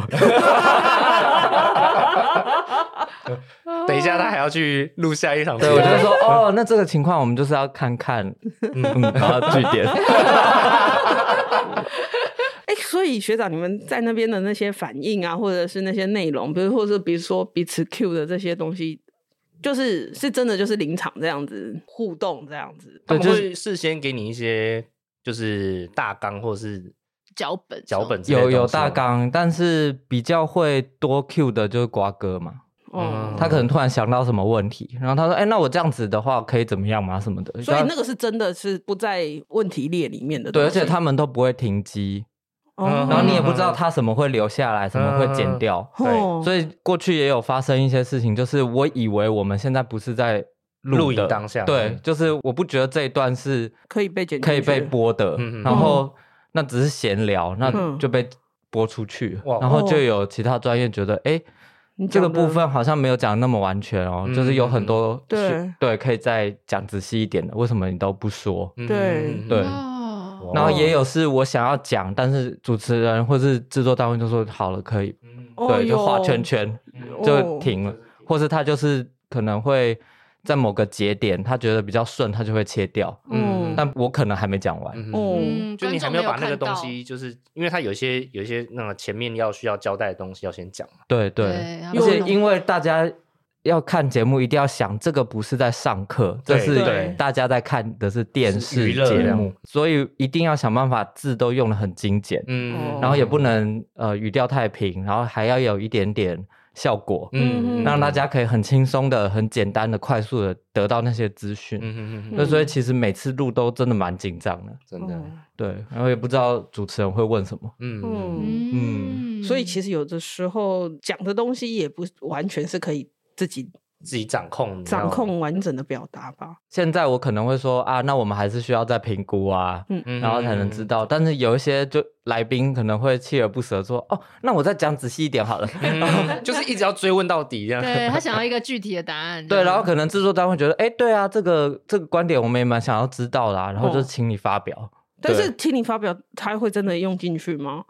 S3: 等一下他还要去录下一场戏，
S4: 哦对我就会说哦，那这个情况我们就是要看看，嗯，然后据点，
S1: 哎，所以学长，你们在那边的那些反应啊，或者是那些内容，比如或者比如说彼此 Q 的这些东西，就是是真的就是临场这样子互动这样子，
S3: 他
S4: 对
S3: 们
S4: 就是
S3: 会事先给你一些就是大纲或是
S2: 脚本
S3: 脚本之类的
S4: 有有
S3: 东西吗
S4: 大，纲，但是比较会多 Q 的就是瓜哥嘛，
S1: 哦、
S3: 嗯
S4: 他可能突然想到什么问题，然后他说：“哎、那我这样子的话可以怎么样吗？什么的。”
S1: 所以那个是真的是不在问题列里面的
S4: 对，
S1: 东
S4: 而
S1: 西，
S4: 且他们都不会停机，
S1: 哦，
S4: 然后你也不知道他什么会留下来，什么会剪掉，
S1: 哦，
S4: 所以过去也有发生一些事情，就是我以为我们现在不是在录的
S3: 录影当下
S4: 对
S3: 嗯，
S4: 就是我不觉得这一段是
S1: 可以被剪进去
S4: 可以被播的
S3: 嗯嗯嗯，
S4: 然后那只是闲聊，那
S1: 嗯
S4: 就被播出去
S3: 哇，
S4: 然后就有其他专业觉得，哎，
S1: 你
S4: 这
S1: 讲
S4: 个
S1: 的
S4: 部分好像没有讲那么完全哦，
S3: 嗯
S4: 就是有很多
S1: 嗯嗯
S4: 需对可以再讲仔细一点的，为什么你都不说？
S3: 嗯
S1: 对
S4: 对
S2: 哦，
S4: 然后也有是我想要讲，但是主持人或是制作单位就说好了，可以，
S3: 嗯
S1: 哦
S4: 对，就画
S1: 哟
S4: 圈圈
S1: 哦
S4: 嗯就停了，或是他就是可能会在某个节点，他觉得比较顺，他就会切掉，
S1: 嗯
S4: 但我可能还没讲完，
S3: 哦，
S1: 哦，
S2: 嗯，
S3: 就你
S2: 观众
S3: 还没
S2: 没
S3: 有把那
S2: 看
S3: 个
S2: 到
S3: 东，西，就是因为他有一些有一些那个前面要需要交代的东西要先讲嘛，
S4: 对对，
S2: 对他
S4: 而且
S2: 们
S4: 因为大家。要看节目，一定要想这个不是在上课，这
S3: 对
S4: 是
S1: 对
S4: 大家在看的是电视
S3: 娱乐
S4: 节
S3: 这
S4: 目
S3: 样，
S4: 所以一定要想办法字都用的很精简，
S3: 嗯
S1: 哦
S4: 然后也不能呃语调太平，然后还要有一点点效果，
S1: 嗯
S4: 让大，家可以很轻松的、很简单的、快速的得到那些资讯。
S3: 嗯嗯嗯，
S4: 那、所以其实每次录都真的蛮紧张的，
S3: 真的，
S1: 哦
S4: 对，然后也不知道主持人会问什么。
S3: 嗯嗯，
S1: 嗯嗯，
S2: 嗯，
S1: 所以其
S2: 实
S1: 实有的时候讲的东西也不完全是可以自己
S3: 自己掌控，你知道
S1: 掌
S3: 吗，
S1: 控完整的表达吧。
S4: 现在我可能会说啊，那我们还是需要再评估啊，
S3: 嗯
S4: 然后才能知。道。但是有一些就来宾可能会锲而不舍说，哦，那我再讲仔细一点 好了。
S3: 嗯就是一直要追问到底 这样。
S2: 对他想要一个具体的答案，
S4: 对，
S3: 嗯
S4: 然后
S2: 能
S4: 可能制作单位觉得，哎，对啊，这个这个观点我们也蛮想要知道啦、然后就
S1: 哦
S4: 请你发表。
S1: 但是
S4: 对
S1: 听你发表，他会真的用进去吗？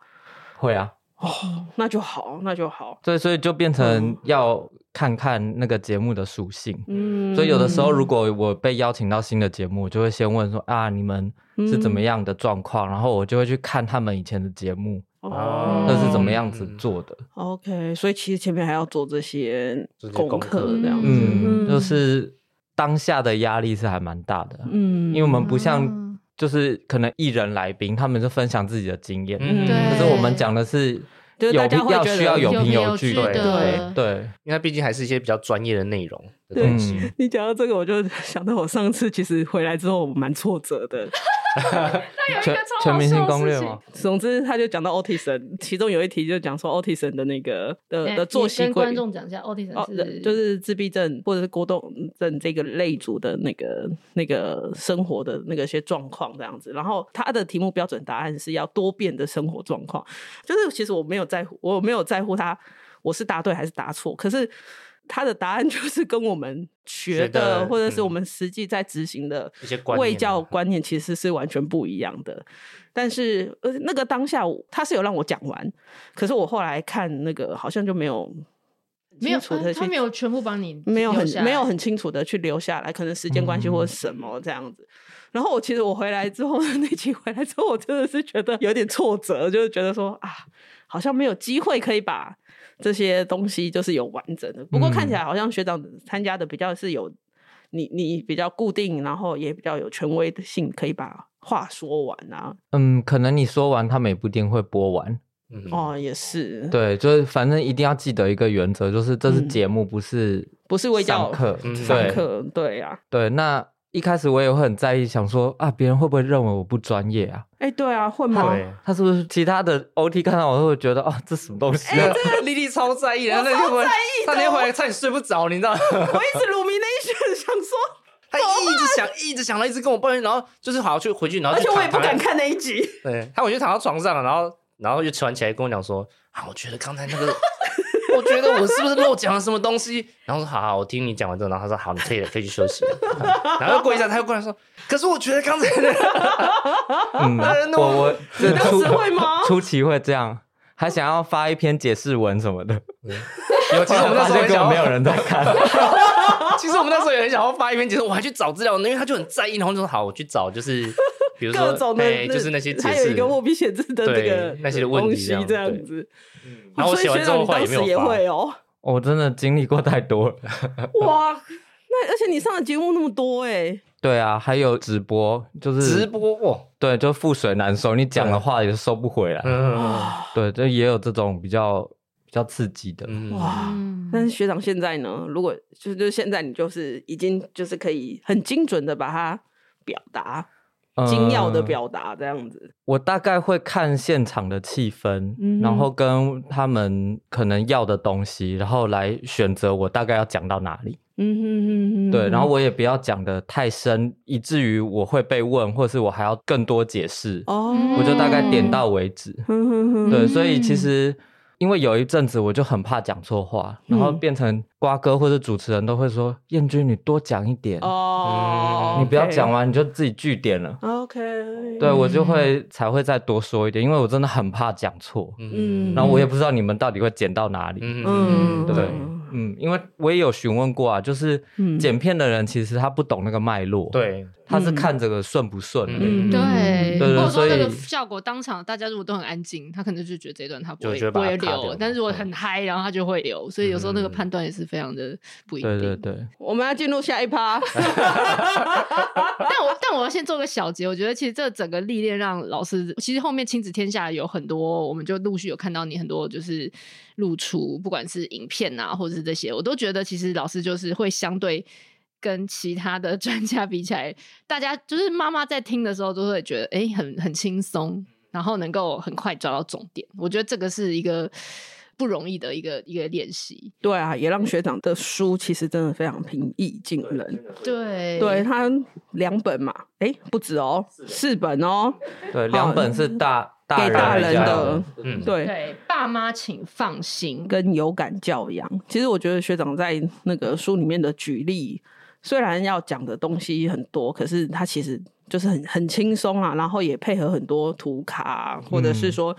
S4: 会啊，
S1: 哦，那就好，那就好。
S4: 对，所以就变成
S1: 嗯
S4: 要看看那个节目的属性。
S1: 嗯，
S4: 所以有的时候，如果我被邀请到新的节目，我就会先问说啊，你们
S1: 嗯
S4: 是怎么样的状况？然后我就会去看他们以前的节目，
S1: 哦，
S4: 那是怎么样子做的。
S1: OK，所以其实前面还要做这些
S3: 做这些
S1: 功
S3: 功
S1: 课，
S2: 课
S1: 这样子。
S4: 嗯，
S1: 嗯
S4: 就是当下的压力是还蛮大的，
S1: 嗯
S4: 因为我们不
S2: 嗯
S4: 像就是可能艺人来宾，他们就分享自己的经验，
S3: 嗯
S4: 可
S2: 对
S4: 是我们讲的是
S1: 就
S4: 有
S1: 是大家会
S4: 要
S1: 觉得
S4: 需要有
S2: 有
S4: 凭
S2: 凭
S4: 有
S2: 有
S4: 据
S2: 据
S4: 的，
S2: 的
S4: 对对，
S3: 因为它毕竟还是一些比较专业的内容的
S1: 对
S3: 东西。
S4: 嗯，
S1: 你讲到这个，我就想到我上次其实回来之后，我蛮挫折的。
S4: 全全明星攻略吗？？
S1: 总之，他就讲到 autism，其中有一题就讲说 autism 的那个的
S2: 哎
S1: 的作
S2: 你
S1: 息
S2: 跟
S1: 规
S2: 观
S1: 律。
S2: 众讲一下，奥迪
S1: 哦
S2: 神，
S1: 人
S2: 是
S1: 就是自闭症或者是过动症这个类组的那个那个生活的那个些状况这样子。然后他的题目标准答案是要多变的生活状况，就是其实我没有在乎，我没有在乎他我是答对还是答错，可是。他的答案就是跟我们学
S3: 学
S1: 的，
S3: 的
S1: 或者是
S3: 嗯
S1: 我们实际在执行的
S3: 一些观念啊
S1: 卫教观念，其实是完全不一样的。但是呃，那个当下我他是有让我讲完，可是我后来看那个好像就没有
S2: 没有
S1: 清楚
S2: 他
S1: 的
S2: 他
S1: 去
S2: 没有全部帮你
S1: 没有
S2: 留
S1: 很
S2: 下来
S1: 没有很清楚的去留下来，可能时间关系或者什么这样子。然后我其实我回来之后， 那期回来之后，我真的是觉得有点挫折，就是觉得说啊，好像没有机会可以把这些东西就是有完整的。不过看起来好像学长参加的比较是有你你比较固定，然后也比较有权威的性，可以把话说完啊。
S4: 嗯，可能你说完，他们也不一定会播完。
S3: 嗯，
S1: 哦，也是，，
S4: 对，就是反正一定要记得一个原则，就是这是
S1: 嗯
S4: 节目，不是
S1: 不是为
S4: 上
S1: 教
S4: 课。
S3: 嗯
S1: 上
S4: 对
S1: 课，对啊，
S4: 对，那一开始我也会很在意，想说啊，别人会不会认为我不专业啊？
S1: 哎，对啊，会吗？
S3: 对，
S4: 他是不是其他的 OT 看到我会觉得啊，这什么东西啊？
S5: 莉莉超在 意的，她那天回来，她那天回来差点睡不着，你知道吗？
S1: 我一直 rumination 想 说，
S5: 她一直想，一直想，然后一直跟我抱怨，然后就是好去回去，然后
S1: 而
S5: 就
S1: 且我也
S5: 躺
S1: 不敢
S5: 躺在
S1: 看那一集。
S5: 对，她回去躺到床上，然后
S3: 然后又传起来跟我讲说啊，我觉得刚才那个，
S5: 我觉得我是不是漏讲了什么东西？
S3: 然后我说好好，我听你讲完之后，然后他说好，你可以了，可以去休息了。
S5: 然后又过一下，她又过来说，可是我觉得刚才那个
S4: 嗯，我我这
S1: 当
S4: 初
S1: 时会吗
S4: 初期会这样，还想要发一篇解释文什么的，
S5: 有，其实我们那
S4: 发
S5: 时候
S4: 现
S5: 很想
S4: 根本
S5: 要
S4: 没有人在看。
S5: 其实我们那时候也很想要发一篇解释，我还去找资料呢，因为他就很在意，然后就说好，
S3: 好，我去找 就是，比如说
S1: 各种的
S3: 哎，就是那些解
S1: 还有
S3: 释
S1: 一个握笔写字的这个
S3: 对那些的问题
S1: 东西
S3: 这样嗯
S1: 这样子。
S3: 然后我写完之后，后
S1: 所以
S3: 来也
S1: 学
S3: 没
S1: 长你
S3: 有
S1: 当时也会
S3: 发。
S1: 哦，
S4: 我真的经历过太多了。
S1: 哇！那而且你上的节目那么多哎，
S4: 对啊，还有直播，就是
S5: 直播哦，
S4: 对，就覆水难收，你讲的话也收不回来。
S3: 嗯
S4: 对，就也有这种比较比较刺激的。
S3: 嗯，
S1: 哇！
S2: 嗯
S1: 但是学长现在呢？如果就就现在你就是已经就是可以很精准的把它表达，精要的
S4: 嗯
S1: 表达这样子。
S4: 我大概会看现场的气氛，
S2: 嗯
S4: 然后跟他们可能要的东西，然后来选择我大概要讲到哪里。
S1: 嗯哼哼哼，
S4: 对，然后我也不要讲的太深，以至于我会被问，或是我还要更多解释。
S1: 哦，嗯
S4: 我就大概点到为止。
S1: 哼哼哼，
S4: 对，所以其实因为有一阵子我就很怕讲错话，然后
S1: 嗯
S4: 变成瓜哥或者主持人都会说：“燕君，你多讲一点，
S1: 哦，
S4: 嗯你不要讲完你就自己据点了。
S1: OK，”
S4: 对，我
S1: 嗯
S4: 就会才会再多说一点，因为我真的很怕讲错，
S1: 嗯
S4: 然后我也不知道你们到底会剪到哪里。
S3: 嗯
S1: 嗯，
S4: 对，嗯，因为我也有询问过啊，就是
S1: 嗯
S4: 剪片的人其实他不懂那个脉络，，
S3: 对，
S4: 他是看这个顺不顺而已。
S1: 嗯
S2: 对，
S4: 对对
S2: 或者说那个
S4: 所以
S2: 效果当场大家如果都很安静，他可能就觉得这一段他不
S3: 就
S2: 会
S3: 觉得
S2: 不
S3: 把它
S2: 会
S3: 卡掉
S2: 留，但是我很嗨，然后他就会留，所以有时候那个判断也是非常的不一定。
S4: 对对对，
S1: 我们要进入下一趴。
S4: 哎
S2: 但我 但我要先做个小结，我觉得其实这整个历练让老师，其实后面亲子天下有很多，我们就陆续有看到你很多就是露出，不管是影片啊，或者是这些，我都觉得其实老师就是会相对。跟其他的 专家比起来，大家就是妈妈在听的时候都会觉得，哎、很很轻松，然后能够很快抓到重点。我觉得这个是一个不容易的一个一个练习。
S1: 对啊，也让学长的书其实真的非常平易近人。
S2: 对
S1: 对他两本嘛，哎，不止哦，四本哦。
S4: 对，两本是大大
S1: 给
S4: 人
S1: 大人
S4: 比较
S1: 的
S3: 嗯，
S1: 对，
S2: 对，爸妈请放心。
S1: 跟有感教养。其实我觉得学长在那个书里面的举例，虽然要讲的东西很多，可是他其实就是很很轻松啊，然后也配合很多图卡啊、或者是说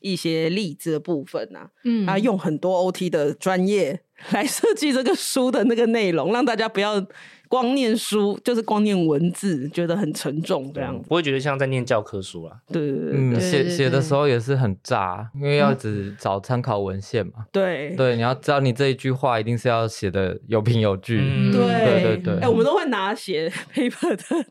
S1: 一些例子的部分啊。
S2: 嗯
S1: 他用很多 OT 的专业来设计这个书的那个内容，让大家不要光念书，就是光念文字，觉得很沉重这
S3: 对啊
S1: 样子。
S3: 不会觉得像在念教科书啦。
S1: 对对对
S4: 嗯，
S1: 对
S4: 写
S2: 对
S4: 写的
S2: 对
S4: 时候也是很炸，因为要只找参考文献嘛。
S1: 对
S4: 对，你要知道你这一句话一定是要写的有凭有据。
S3: 嗯
S1: 对
S4: 对对对
S1: 哎，我们都会拿写 paper 的的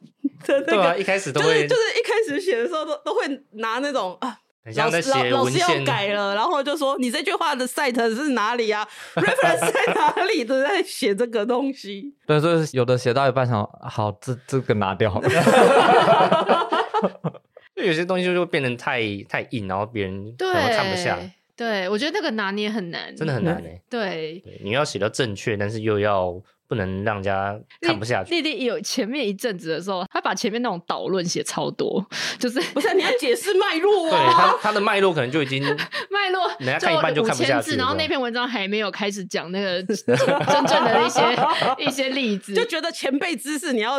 S1: 那
S3: 对啊，
S1: 个，
S3: 一开始都
S1: 就是
S3: 会
S1: 就是一开始写的时候都都会拿那种啊。
S3: 很
S1: 老
S3: 像在
S1: 师
S3: 写
S1: 老老
S3: 文
S1: 师要
S3: 献，
S1: 改了，然后就说你这句话的 site 是哪里 啊？reference 在哪里？都在写这个东西。
S4: 对，所以有的写到一半想，好，这这个 拿掉。
S3: 就有些东西就会变成太太硬，然后别人可能看不下。
S2: 对，我觉得那个拿捏很难，
S3: 真的很
S1: 嗯
S3: 难哎、
S2: 对。
S3: 对，你要写到正确，但是又要不能让人家看不下去。
S2: 丽丽有前面一阵子的时候，她把前面那种导论写超多，就是
S1: 不是你要解释脉络
S3: 对
S1: 啊，
S3: 他他的脉络可能就已经
S2: 脉络
S3: 人啊家看一半就
S2: 五
S3: 看不
S2: 千
S3: 下去了
S2: 字，然后那篇文章还没有开始讲那 个真正的一些一些例
S3: 啊
S2: 子，
S1: 就觉得前辈知识你要。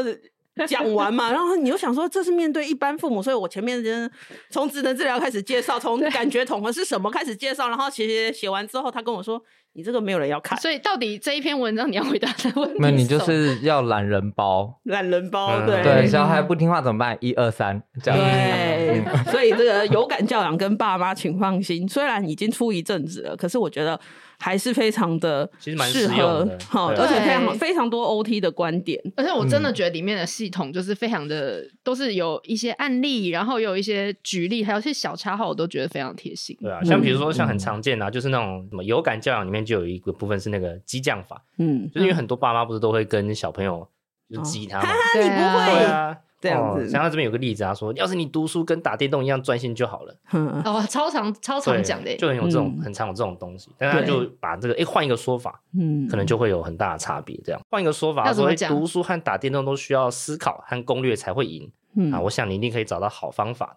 S1: 讲完 嘛，然后你又想说这是面对一般父母，所以我前面就是从职能治疗开始介绍，从感觉统合是什么开始介绍，然后写写写完之后，他跟我说你这个没有人要看，
S2: 所以到底这一篇文章你要回答的问题，
S4: 那你就是要懒人包。
S1: 懒人包，
S3: 嗯
S1: 对
S4: 对，小孩不听话怎么办？一二三，这样。
S1: 对，所以这个有感教养跟爸妈请放心，虽然已经出一阵子了，可是我觉得还是非常的
S3: 其实蛮
S1: 适
S3: 实用
S1: 合
S3: 的，
S1: 好，
S3: 对
S1: 而且非
S2: 对
S1: 常非常多 OT 的观点，
S2: 而且我真
S4: 嗯
S2: 的觉得里面的系统就是非常的，都是有一些案例，然后有一些举例，还有一些小插画，我都觉得非常贴心。
S3: 对啊，像比如说像很常见啊，就是那种什么有感教养里面就有一个部分是那个激将法，
S1: 嗯，
S3: 就是因为很多爸妈不是都会跟小朋友
S2: 哦
S3: 就是激他
S1: 哈
S3: 嘛，
S1: 哈，
S2: 对
S1: 你
S2: 啊
S1: 不
S3: 对
S1: 会
S3: 啊，
S1: 这样子
S3: 哦像他这边有个例子啊，说要是你读书跟打电动一样专心就好了，
S1: 嗯，
S2: 哦，超常超常
S3: 对，
S2: 讲的耶，
S3: 就很有这种
S1: 嗯
S3: 很常有这种东西，但他就把这个哎换一个说法，
S1: 嗯，
S3: 可能就会有很大的差别。这样换一个说法
S2: 要怎
S3: 说，
S2: 么
S3: 哎，
S2: 讲
S3: 读书和打电动都需要思考和攻略才会赢
S1: 嗯
S3: 啊，我想你一定可以找到好方法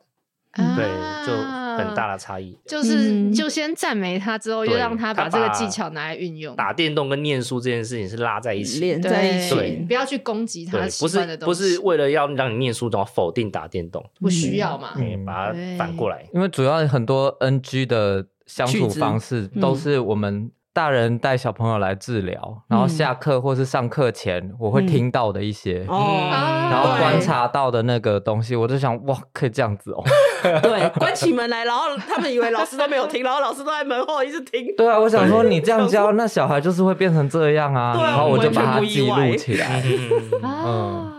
S3: 的，
S2: 啊
S3: 对，就很大。的差异。
S2: 就是
S1: 嗯
S2: 就先赞美他，之后又
S3: 对
S2: 让他把
S3: 他
S2: 这个
S3: 把
S2: 技巧拿来运用，
S3: 打电动跟念书这件事情是拉在一起的。
S1: 连
S2: 对
S1: 在一
S3: 对
S1: 起，
S2: 不要去攻击他
S3: 对，
S2: 喜
S3: 不
S2: 欢的
S3: 是
S2: 东
S3: 不
S2: 西，
S3: 是为了要让你念书，然后否定打电动，
S2: 不需要嘛。
S3: 哎
S4: 嗯
S3: 把它反过 来。
S4: 因为主要很多 NG 的相处方式
S1: 子
S4: 都是我们大人带小朋友来治疗，
S1: 嗯
S4: 然后下课或是上课前我会听到的一些，
S1: 哦，
S2: 啊
S4: 然后
S1: 对
S4: 观察到的那个东西，我就想哇，可以这样子哦。
S1: 对，关起门来，然后他们以为老师都没有听，然后老师都在门后一直听，
S4: 对啊，我想说你这样 教，那小孩就是会变成这样啊，
S1: 对啊
S4: 然后我就把它
S1: 完全不
S4: 记
S1: 意外
S4: 录起来。
S3: 嗯
S2: 啊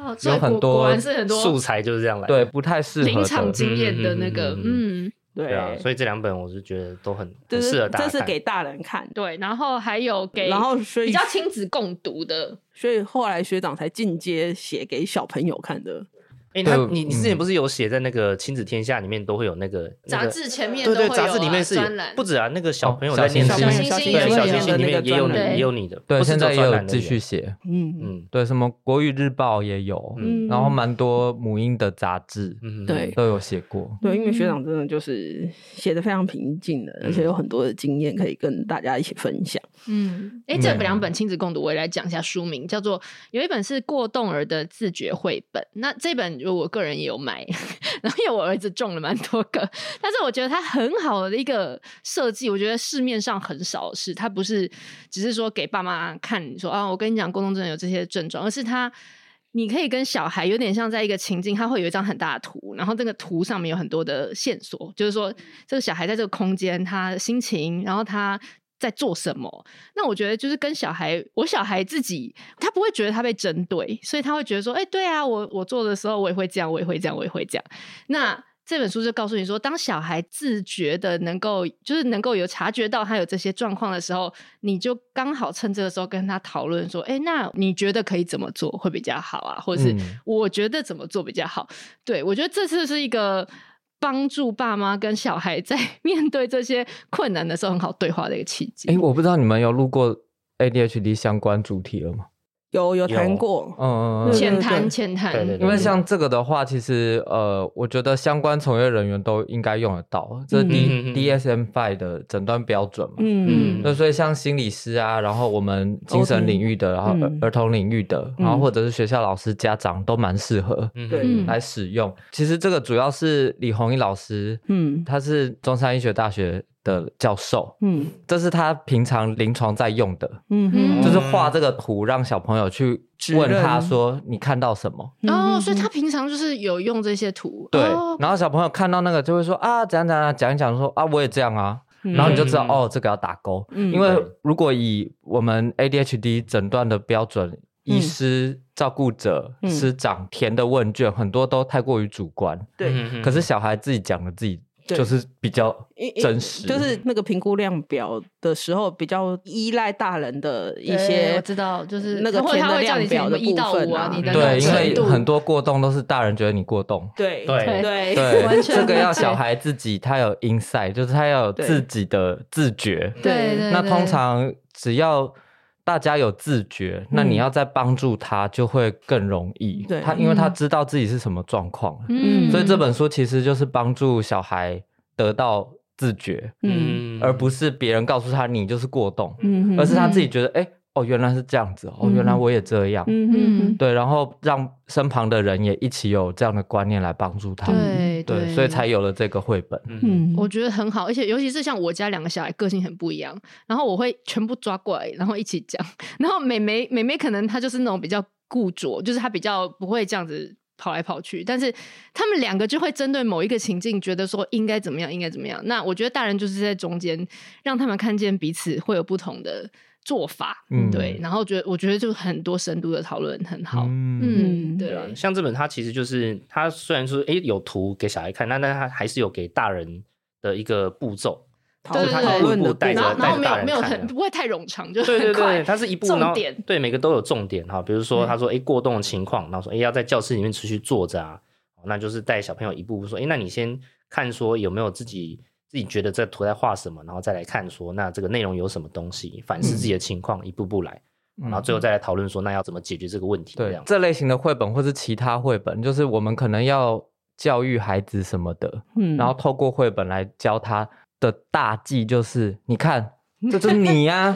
S4: 嗯，
S2: 所以
S4: 有很
S2: 果
S4: 多
S2: 果然是很
S3: 素
S2: 多
S3: 材就是这样来的。
S4: 对，不太适合的。
S2: 临场经验的那个，嗯，
S3: 对啊，
S1: 对，
S3: 所以这两本我是觉得都很
S1: 这
S3: 很适合
S1: 是
S3: 大家
S1: 这
S3: 看。
S1: 是给大人看的，
S2: 对。然后还有给，
S1: 然后所
S2: 比
S1: 以
S2: 较亲子共读的，
S1: 所以后来学长才进阶写给小朋友看的，
S3: 哎，那
S4: 对
S3: 你你之前不是有写在那个《亲子天下》里面都会有那个
S2: 杂？
S3: 那个
S2: 志前面
S3: 对
S2: 都会
S3: 对，
S2: 有啊
S3: 杂志里面是有
S2: 专栏，
S3: 不止啊，那个小朋友
S4: 哦
S3: 在念
S4: 小
S3: 书，
S4: 星
S2: 星小星
S3: 对
S2: 星
S3: 小
S2: 也
S3: 星
S2: 有
S3: 星里面也有你
S2: 专栏
S3: 也有你的，
S4: 对，
S3: 不是
S4: 现
S3: 只有
S4: 在也
S3: 专
S4: 有
S3: 栏而
S4: 继
S3: 已
S4: 续，写，
S1: 嗯
S3: 嗯
S4: 对，什么国语日报也有，
S3: 嗯
S4: 然后蛮多母婴的杂志
S3: 嗯，
S1: 对
S4: 都有写过。
S1: 对，因为学
S2: 嗯
S1: 长真的就是写的非常平静的，而且有很多的经验可以跟大家一起分享。
S2: 嗯，哎，
S4: 嗯
S2: 这两本亲子共读，我也来讲一下书名，叫做有一本是过动儿的自觉绘本，那这本我个人也有买， 然后因为我儿子中了蛮多个， 但是我觉得它很好的一个设计，我觉得市面上很少的是，它不是只是说给爸妈看你说啊，我跟你讲，过动症有这些症状，而是它。你可以跟小孩有点像在一个情境，他会有一张很大的图，然后这个图上面有很多的线索，就是说这个小孩在这个空间他的心情，然后他在做什么。那我觉得就是跟小孩，我小孩自己他不会觉得他被针对，所以他会觉得说，哎、对啊，我我做的时候我也会这样，我也会这样，我也会这样。那这本书就告诉你说，当小孩自觉的能够，就是能够有察觉到他有这些状况的时候，你就刚好趁这个时候跟他讨论说，哎，那你觉得可以怎么做会比较好啊？或者是
S4: 嗯
S2: 我觉得怎么做比较好？对我觉得这次是一个帮助爸妈跟小孩在 面对这些困难的时候很好对话的一个契机。
S4: 哎，我不知道你们有录过 ADHD 相关主题了吗？
S1: 有有
S3: 有
S1: 谈过，
S4: 嗯嗯嗯。
S2: 浅
S1: 对对
S2: 谈
S1: 对
S2: 浅谈，
S3: 对对对
S4: 因为像这个的话，其实呃，我觉得相关从业人员都应该用得到，这是 D、
S3: 嗯嗯嗯嗯
S4: DSM Five 的诊断标准嘛。
S1: 嗯
S4: 那所以像心理师啊，然后我们
S3: 哦
S4: 精神领域的，然后儿
S1: 嗯
S4: 儿童领域的，然后或者是学校老师、家长都蛮适合
S3: 嗯
S1: 对
S3: 嗯
S2: 嗯
S4: 来使用。其实这个主要是李红一老师，
S1: 嗯
S4: 他是中山医学大学的教授，
S1: 嗯
S4: 这是他平常临床在用的，
S1: 嗯
S2: 嗯
S4: 就是画这个图让小朋友去问
S1: 指
S4: 他
S1: 认
S4: 说你看到什么。
S1: 嗯
S2: 哦，所以他平常就是有用这些图，
S4: 对
S2: 哦，
S4: 然后小朋友看到那个就会说啊，怎样怎样啊，讲一讲说啊，我也这样啊，然后你就知道
S3: 嗯
S4: 哦，这个要打勾，
S1: 嗯
S4: 因为如果以我们 ADHD 诊断的标准，医师、照顾者、
S1: 嗯
S4: 师长填的问卷很多都太过于主观，
S1: 对，
S3: 嗯
S4: 可是小孩自己讲的自己
S1: 对
S4: 就是比较
S1: 因因
S4: 真实，
S1: 就是那个评估量表的时候，比较依赖大人的一
S2: 对
S1: 些
S2: 我知道，就是
S1: 那个
S2: 或者
S1: 填
S2: 他
S1: 的
S2: 会叫你
S1: 量
S2: 写
S1: 表
S2: 什
S1: 的
S2: 么一
S1: 部
S2: 到
S1: 分
S2: 五啊，你的
S4: 对，因
S2: 程
S4: 为
S2: 度
S4: 很多过动都是大人觉得你过动。
S1: 对
S3: 对
S1: 哎
S2: 对
S4: 对，
S2: 完全
S4: 这个要
S2: 对
S4: 小孩自己，他有 insight，就是他要有
S1: 对
S4: 自己的自觉。
S2: 对对
S4: 那
S2: 对
S4: 通常只要大家有自觉，那你要再帮助他就会更容易。
S1: 对
S4: 他因为他
S2: 嗯
S4: 知道自己是什么状况了，
S2: 嗯，
S4: 所以这本书其实就是帮助小孩得到自觉，
S1: 嗯
S4: 而不是别人告诉他你就是过动，
S1: 嗯
S4: 而是他自己觉得，哎、哦，原来是这样子，哦，原来我也这样。
S1: 嗯嗯
S4: 对，然后让身旁的人也一起有这样的观念来帮助他们。
S2: 对
S4: 对，所以才有了这个绘本。
S3: 嗯，
S1: 嗯，
S2: 我觉得很好，而且尤其是像我家两个小孩个性很不一样，然后我会全部抓过来，然后一起讲。然后美美美美可能她就是那种比较固着，就是她比较不会这样子跑来跑去，但是他们两个就会针对某一个情境，觉得说应该怎么样，应该怎么样。那我觉得大人就是在中间，让他们看见彼此会有不同的做法，
S4: 嗯
S2: 对。然后觉得我觉得就很多深度的讨论很好，
S4: 嗯
S2: 嗯，
S1: 嗯
S2: 对
S3: 对啊，像这本它其实就是它虽然说诶有图给小孩看，但但它还是有给大人的一个步骤，
S1: 讨
S2: 对
S1: 论
S2: 对
S3: 它
S2: 对
S1: 讨
S3: 一步
S1: 论
S3: 一步
S1: 的嗯
S3: 带
S1: 过
S3: 着
S2: 然后
S1: 程
S2: 然
S3: 带
S2: 后
S3: 着
S2: 没
S3: 大
S2: 有
S3: 人
S2: 没有
S3: 看
S2: 很
S3: 的。
S2: 不会太冗长，就
S3: 对对
S2: 很快
S3: 对，它是一步，然
S2: 重
S3: 后
S2: 点。
S3: 对每个都有重点哈，比如
S2: 嗯
S3: 说他说诶过动的情况，然后说诶要在教室里面持续坐着啊，那就是带小朋友一步步说诶那你先看说有没有自己自己觉得这图在画什么，然后再来看说那这个内容有什么东西，反思自己的情况，一步步来，然后最后再来讨论说那要怎么解决这个问题这
S4: 对
S3: 样，。
S4: 这类型的绘本或是其他绘本，就是我们可能要教育孩子什么的，
S1: 嗯
S4: 然后透过绘本来教他的大忌就是，你看，这就是你呀、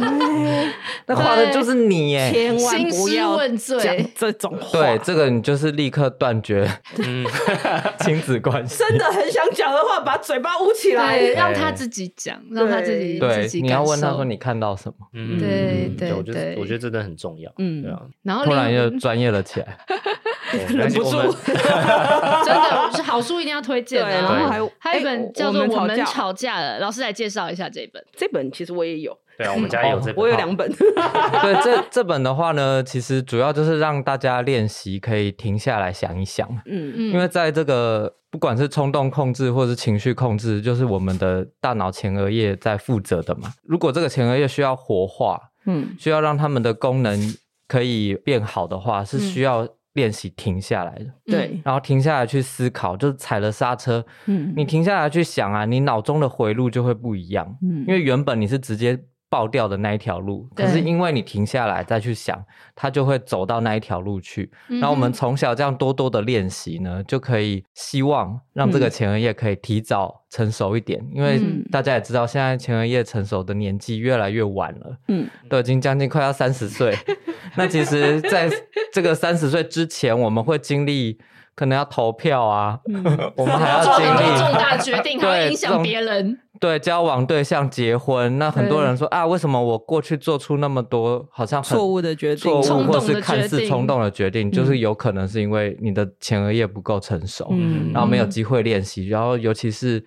S4: 那画的就是你耶。
S1: 千万
S2: 兴
S1: 不
S2: 师
S1: 要
S2: 问罪
S1: 讲这种话，
S4: 对，这个你就是立刻断绝
S3: 嗯，
S4: 亲子关系。
S1: 真的很想讲的话，把嘴巴捂起 来。
S2: 对，
S4: 对
S2: 让他自己讲，让他自己
S4: 对
S2: 自，己
S4: 你要
S2: 感
S4: 问他
S2: 受
S4: 说你看到什么，
S3: 嗯
S2: 对
S3: 嗯
S2: 对
S3: 我觉得
S2: 对
S3: 我觉得这真的很重要，
S1: 嗯
S3: 对啊，
S2: 然后
S4: 突然
S2: 另
S4: 又专业了起来。
S3: 对没关系
S1: 忍不
S3: 我们
S1: 住
S2: 真的是好书一定要推荐
S1: 对，
S2: 啊。
S1: 然后还哎
S2: 还有一本叫做《我
S1: 我
S2: 们
S1: 们
S2: 吵架了》，老师来介绍一下这本。
S1: 这本其实我也有，
S3: 对啊，我们家也有这本，
S1: 哦我有两本，
S4: 对，这这本的话呢，其实主要就是让大家练习可以停下来想一想，
S1: 嗯
S2: 嗯，
S4: 因为在这个不管是冲动控制或是情绪控制，就是我们的大脑前额叶在负责的嘛。如果这个前额叶需要活化，
S1: 嗯
S4: 需要让他们的功能可以变好的话，是需要练习停下来的，
S1: 对，
S4: 然后停下来去思考，就是踩了刹车，
S1: 嗯
S4: 你停下来去想啊，你脑中的回路就会不一样。
S1: 嗯
S4: 因为原本你是直接爆掉的那一条路，
S2: 对
S4: 可是因为你停下来再去想，它就会走到那一条路去。
S2: 嗯哼
S4: 然后我们从小这样多多的练习呢，就可以希望让这个前额叶可以提早成熟一点，因为
S1: 嗯
S4: 大家也知道，现在前额叶成熟的年纪越来越晚了，
S1: 嗯
S4: 都已经将近快要三十 岁。那其实，在这个三十岁之前，我们会经历。可能要投票啊，
S1: 嗯
S4: 我们还要
S2: 做
S4: 经
S2: 很多
S4: 历
S2: 重大 决定，还会
S4: 对
S2: 影响别人。
S4: 对交往对象结婚，那很多人说啊，为什么我过去做出那么多好像很
S1: 错误的决定，
S4: 错
S2: 冲
S4: 误
S2: 动
S4: 或
S2: 的
S4: 是看
S2: 决
S4: 似
S2: 定
S4: 冲动的决定，就是有可能是因为你的前额叶不够成熟，
S1: 嗯
S4: 然后没有机会练习，然后尤其是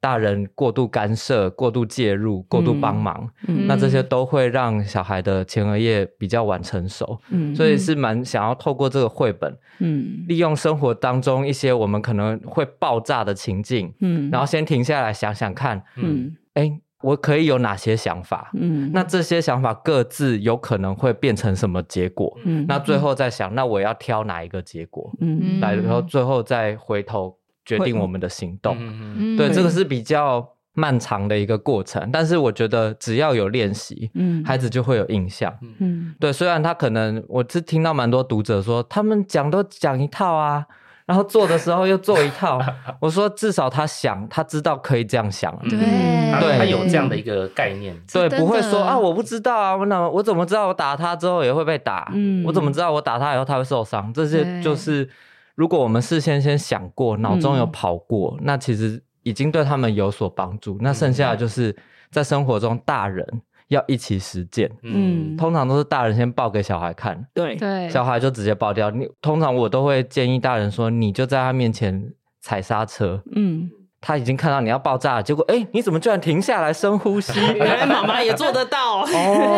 S4: 大人过度干涉、过度介入、过度帮忙，
S1: 嗯
S4: 那这些都会让小孩的前额叶比较晚成熟，
S1: 嗯
S4: 所以是蛮想要透过这个绘本，
S1: 嗯
S4: 利用生活当中一些我们可能会爆炸的情境，
S1: 嗯
S4: 然
S1: 后
S4: 后先停下来想想看。
S1: 嗯
S4: 哎，我可以有哪些想法？
S1: 嗯
S4: 那这些想法各自有可能会变成什么结果？
S1: 嗯
S4: 那最后再想，那我要挑哪一个结果
S1: 嗯
S2: 嗯
S4: 来，然后最后再回头决定我们的行动。
S3: 嗯嗯
S2: 嗯
S4: 对，这个是比较漫长的一个过程，但是我觉得只要有练习，
S1: 嗯
S4: 孩子就会有印象。
S1: 嗯
S4: 对，虽然他可能我是听到蛮多读者说，他们讲都讲一套啊，然后做的时候又做一套。我说至少他想，他知道可以这样想啊。
S2: 对
S1: 嗯
S3: 它
S4: 对
S3: 它有这样的一个概念，
S4: 对，
S2: 真
S4: 不会说
S2: 的
S4: 啊，我不知道啊，我哪我怎么知道我打他之后也会被打？
S1: 嗯
S4: 我怎么知道我打他以后他会受伤？这些
S2: 对
S4: 就是如果我们事先先想过，脑中
S2: 嗯
S4: 有跑过，那其实已经对他们有所帮助。那剩
S2: 嗯
S4: 下的就是在生活中大人要一起实践，
S1: 嗯，
S4: 通常都是大人先报给小孩看，
S1: 对，
S2: 对
S4: 小孩就直接爆掉。你通常我都会建议大人说，你就在他面前踩刹车，
S1: 嗯
S4: 他已经看到你要爆炸了，结果哎、你怎么居然停下来深呼吸？
S1: 原来妈妈也做得到。
S4: 哦，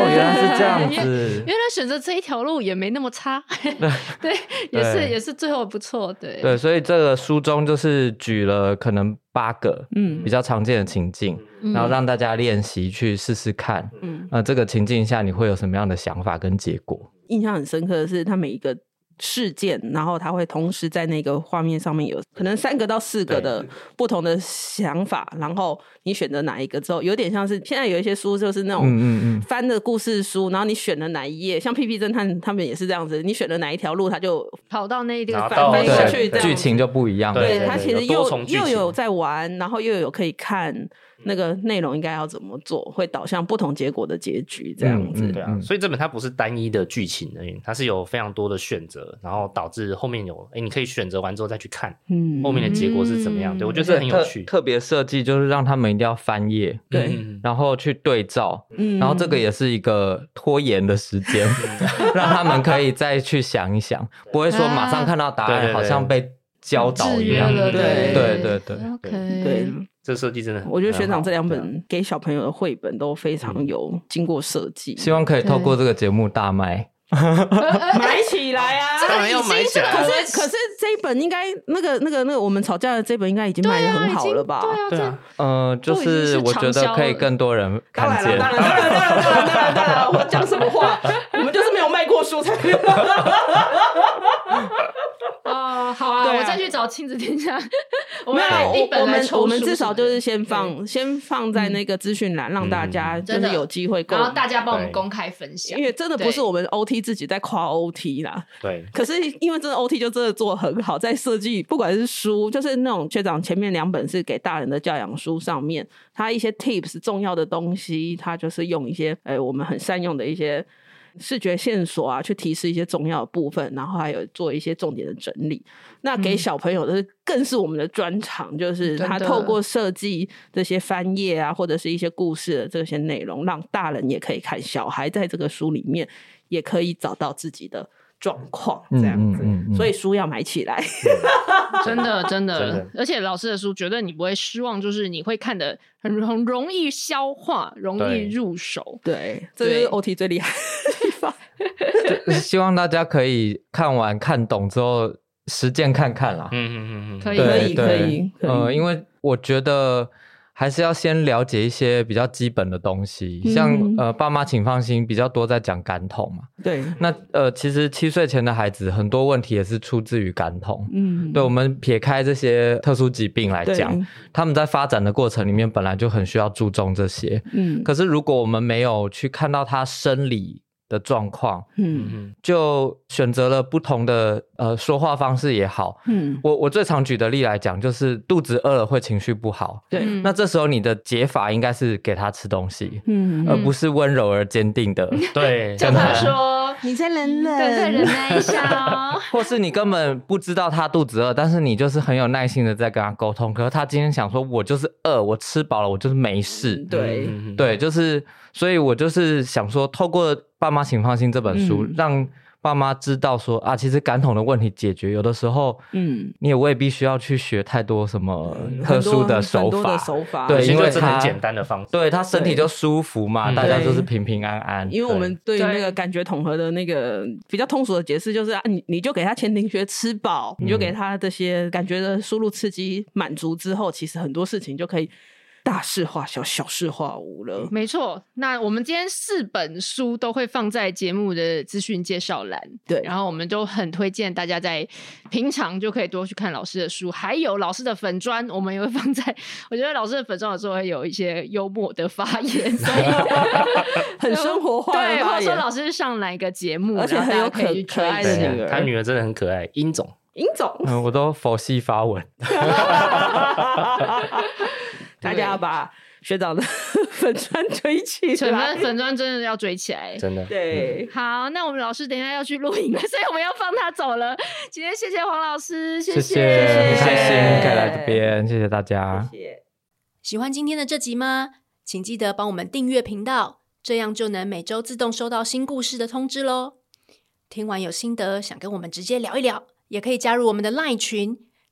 S4: 原来是这样子
S2: 原。来选择这一条路也没那么 差，对，也是
S4: 对
S2: 也是最后不错，对，
S4: 对，所以这个书中就是举了可能八个
S1: 嗯
S4: 比较常见的情境，
S2: 嗯
S4: 然后让大家练习去试试看。
S1: 嗯，
S4: 呃，这个情境下你会有什么样的想法跟结果？
S1: 印象很深刻的是，他每一个事件，然后他会同时在那个画面上面有可能三个到四个的不同的想法，然后你选择哪一个之后，有点像是现在有一些书就是那种。
S4: 嗯嗯
S1: 翻的故事书，然后你选了哪一页，像《屁屁侦探》他们也是这样子，你选了哪一条路，他就
S2: 跑到那一
S3: 拿
S2: 个
S3: 到
S2: 反
S1: 翻
S2: 飞
S4: 嗯，
S1: 过
S2: 过
S1: 去这
S2: 去
S4: 对，
S1: 样
S2: 的
S1: 子
S4: 剧情就不一样了。
S3: 对
S1: 他其
S3: 有
S1: 实
S3: 多
S1: 又
S3: 重剧
S1: 又
S3: 情
S1: 有在玩，然后又有可以看那个内容应该要怎么做，会导向不同结果的结局这样子。
S4: 嗯
S3: 对啊，所以这本它不是单一的剧情而已，它是有非常多的选择，然后导致后面有，哎，你可以选择完之后再去看
S1: 嗯
S3: 后面的结果是怎么样。
S2: 嗯
S3: 对我觉
S4: 就
S3: 得这很有趣。
S4: 特别设计就是让他们一定要翻页，
S1: 对，
S3: 嗯，
S4: 然后去对照，
S1: 嗯
S4: 然后这个也是一个拖延的时间， 让他们可以再去想一想，不会说马上看到答
S3: 啊对对
S4: 案，
S3: 对
S4: 好像被教导
S2: 制
S4: 一
S2: 约
S4: 样。
S2: 了，
S1: 对
S2: 对
S4: 对
S2: 嗯
S4: 对对
S2: ，OK，
S1: 对，
S3: 这设计真的很，
S1: 我觉得学长这两
S4: 啊
S3: 很好
S1: 本给小朋友的绘本都非常有经过设计，
S4: 嗯希望可以透过这个节目大卖。
S2: 呃哎
S1: 买起来啊！
S5: 当然要买起来
S1: 可
S5: 啊。
S1: 是 可是这一本应该那个那个那个我们吵架的这本应啊该已经卖的很好了吧？
S2: 对
S3: 对
S2: 啊
S3: 啊，
S4: 呃，就
S2: 都已经是
S4: 是我觉
S2: 畅销
S4: 得可以
S2: 了
S4: 更多人
S1: 当
S4: 看
S1: 然了，
S4: 见。
S1: 当然，当然，当然，当然，当 然，当然，我讲什么话？我们就是没有卖过书才。
S2: 这哦，好啊，
S1: 对啊
S2: 我再去找亲子 天下，我
S1: 没
S2: 们来一
S1: 有，
S2: 本
S1: 我我
S2: 来
S1: 们
S2: 抽
S1: 我们
S2: 书
S1: 至
S2: 什么
S1: 少
S2: 的
S1: 就是先放先放在那个资讯栏，让
S4: 嗯
S1: 大家就
S2: 真
S1: 是
S2: 的
S1: 有机会购
S2: 然后
S1: 买。
S2: 大家帮我们
S3: 对
S2: 公开分享
S1: 因，为真的不是我们 OT 自己在夸 OT 啦，
S3: 对，
S1: 可是因为真的 OT 就真的做得很好，在设计不管是书，就是那种学长前面两本是给大人的教养书上面，他一些 tips 重要的东西，他就是用一些呃我们很善用的一些视觉线索啊，去提示一些重要的部分，然后还有做一些重点的整理。那给小朋友的更是我们的专长，就是
S2: 真
S1: 他
S2: 的
S1: 透过设计这些翻页啊，或者是一些故事的这些内容，让大人也可以看，小孩在这个书里面也可以找到自己的状况，这样子。
S4: 嗯嗯嗯嗯
S1: 所以书要买起来，
S2: 真的真的
S3: 真的
S2: 而且老师的书绝对你不会失望，就是你会看的很很容易消化，容易
S3: 对
S2: 入手，
S1: 对，这就是
S2: 对
S1: OT 最厉害的地方。
S4: 希望大家可以看完看懂之后实践看看啦。
S3: 嗯嗯嗯嗯，
S2: 可以
S1: 可
S4: 对
S1: 以可以可以
S4: 呃，因为我觉得还是要先了解一些比较基本的东西，像
S1: 嗯
S4: 呃，爸妈请放心，比较多在讲感统嘛。
S1: 对，
S4: 那呃，其实七岁前的孩子很多问题也是出自于感统。
S1: 嗯，
S4: 对，我们撇开这些特殊疾病来
S1: 对
S4: 讲，，他们在发展的过程里面本来就很需要注重这些。
S1: 嗯
S4: 可是如果我们没有去看到他生理的状况，
S1: 嗯
S3: 嗯
S4: 就选择了不同的呃说话方式也好，
S1: 嗯，
S4: 我我最常举的例来讲，就是肚子饿了会情绪不好，
S1: 对，
S2: 嗯
S4: 那这时候你的解法应该是给他吃东西，
S1: 嗯，
S4: 而不是温柔而坚定的，
S3: 对，
S2: 叫他说。
S1: 你再忍忍，
S2: 对，再忍耐一下哦。
S4: 或是你根本不知道他肚子饿，但是你就是很有耐心的在跟他沟通。可是他今天想说，我就是饿，我吃饱了，我就是没事。
S1: 对，
S3: 嗯，嗯，
S4: 对，就是，所以我就是想说，透过《爸妈请放心》这本书，
S1: 嗯
S4: 让爸妈知道说啊，其实感统的问题解决，有的时候，
S1: 嗯，
S4: 你也未必需要去学太多什么特
S1: 很多
S4: 殊的手
S1: 很多的
S4: 法，
S1: 手法，
S4: 对
S3: 对，
S4: 因
S3: 因
S4: 为
S3: 为这很
S4: 他
S3: 简单的方式，
S4: 对他身体就舒服嘛，
S3: 嗯
S4: 大家
S1: 对
S4: 就是平平安安。
S1: 因为我们对于
S2: 对
S1: 那个感觉统合的那个比较通俗的解释，就是啊，你你就给他前庭学吃饱，你
S2: 嗯
S1: 就给他这些感觉的输入刺激满足之后，其实很多事情就可以大事化小，小事化无了。
S2: 没错，那我们今天四本书都会放在节目的资讯介绍栏，
S1: 对
S2: 然后我们都很推荐大家在平常就可以多去看老师的书，还有老师的粉砖，我们也会放在。我觉得老师的粉砖有时候会有一些幽默的发 言，所以
S1: 很生活化的
S2: 对，或
S1: 发
S2: 者说
S1: 言
S2: 老师上哪一个节目，
S1: 而且
S2: 然后大
S1: 很有
S2: 家可以
S1: 可
S2: 去追
S1: 可爱的
S2: 踪
S1: 女儿
S3: 对，他啊女儿真的很可爱，殷总，
S1: 尹 总，
S4: 嗯，我都佛系发文。
S1: 大家要把学长的 粉砖推起
S2: 粉
S1: 来
S2: 砖。粉砖真的要追起来，
S3: 真的，
S1: 对，
S2: 好，那我们老师等一下要去录影了， 所以我们要放他走了。今天谢谢黄老师，谢
S4: 谢谢，很开心可以来这边，谢谢大家。
S2: 啊
S1: 谢谢。
S6: 喜欢今天的这集吗？请记得帮我们订阅频道，这样就能每周自动收到新故事的通知喽。听完有心得，想跟我们直接聊一聊，也可以加入我们的 LINE 群，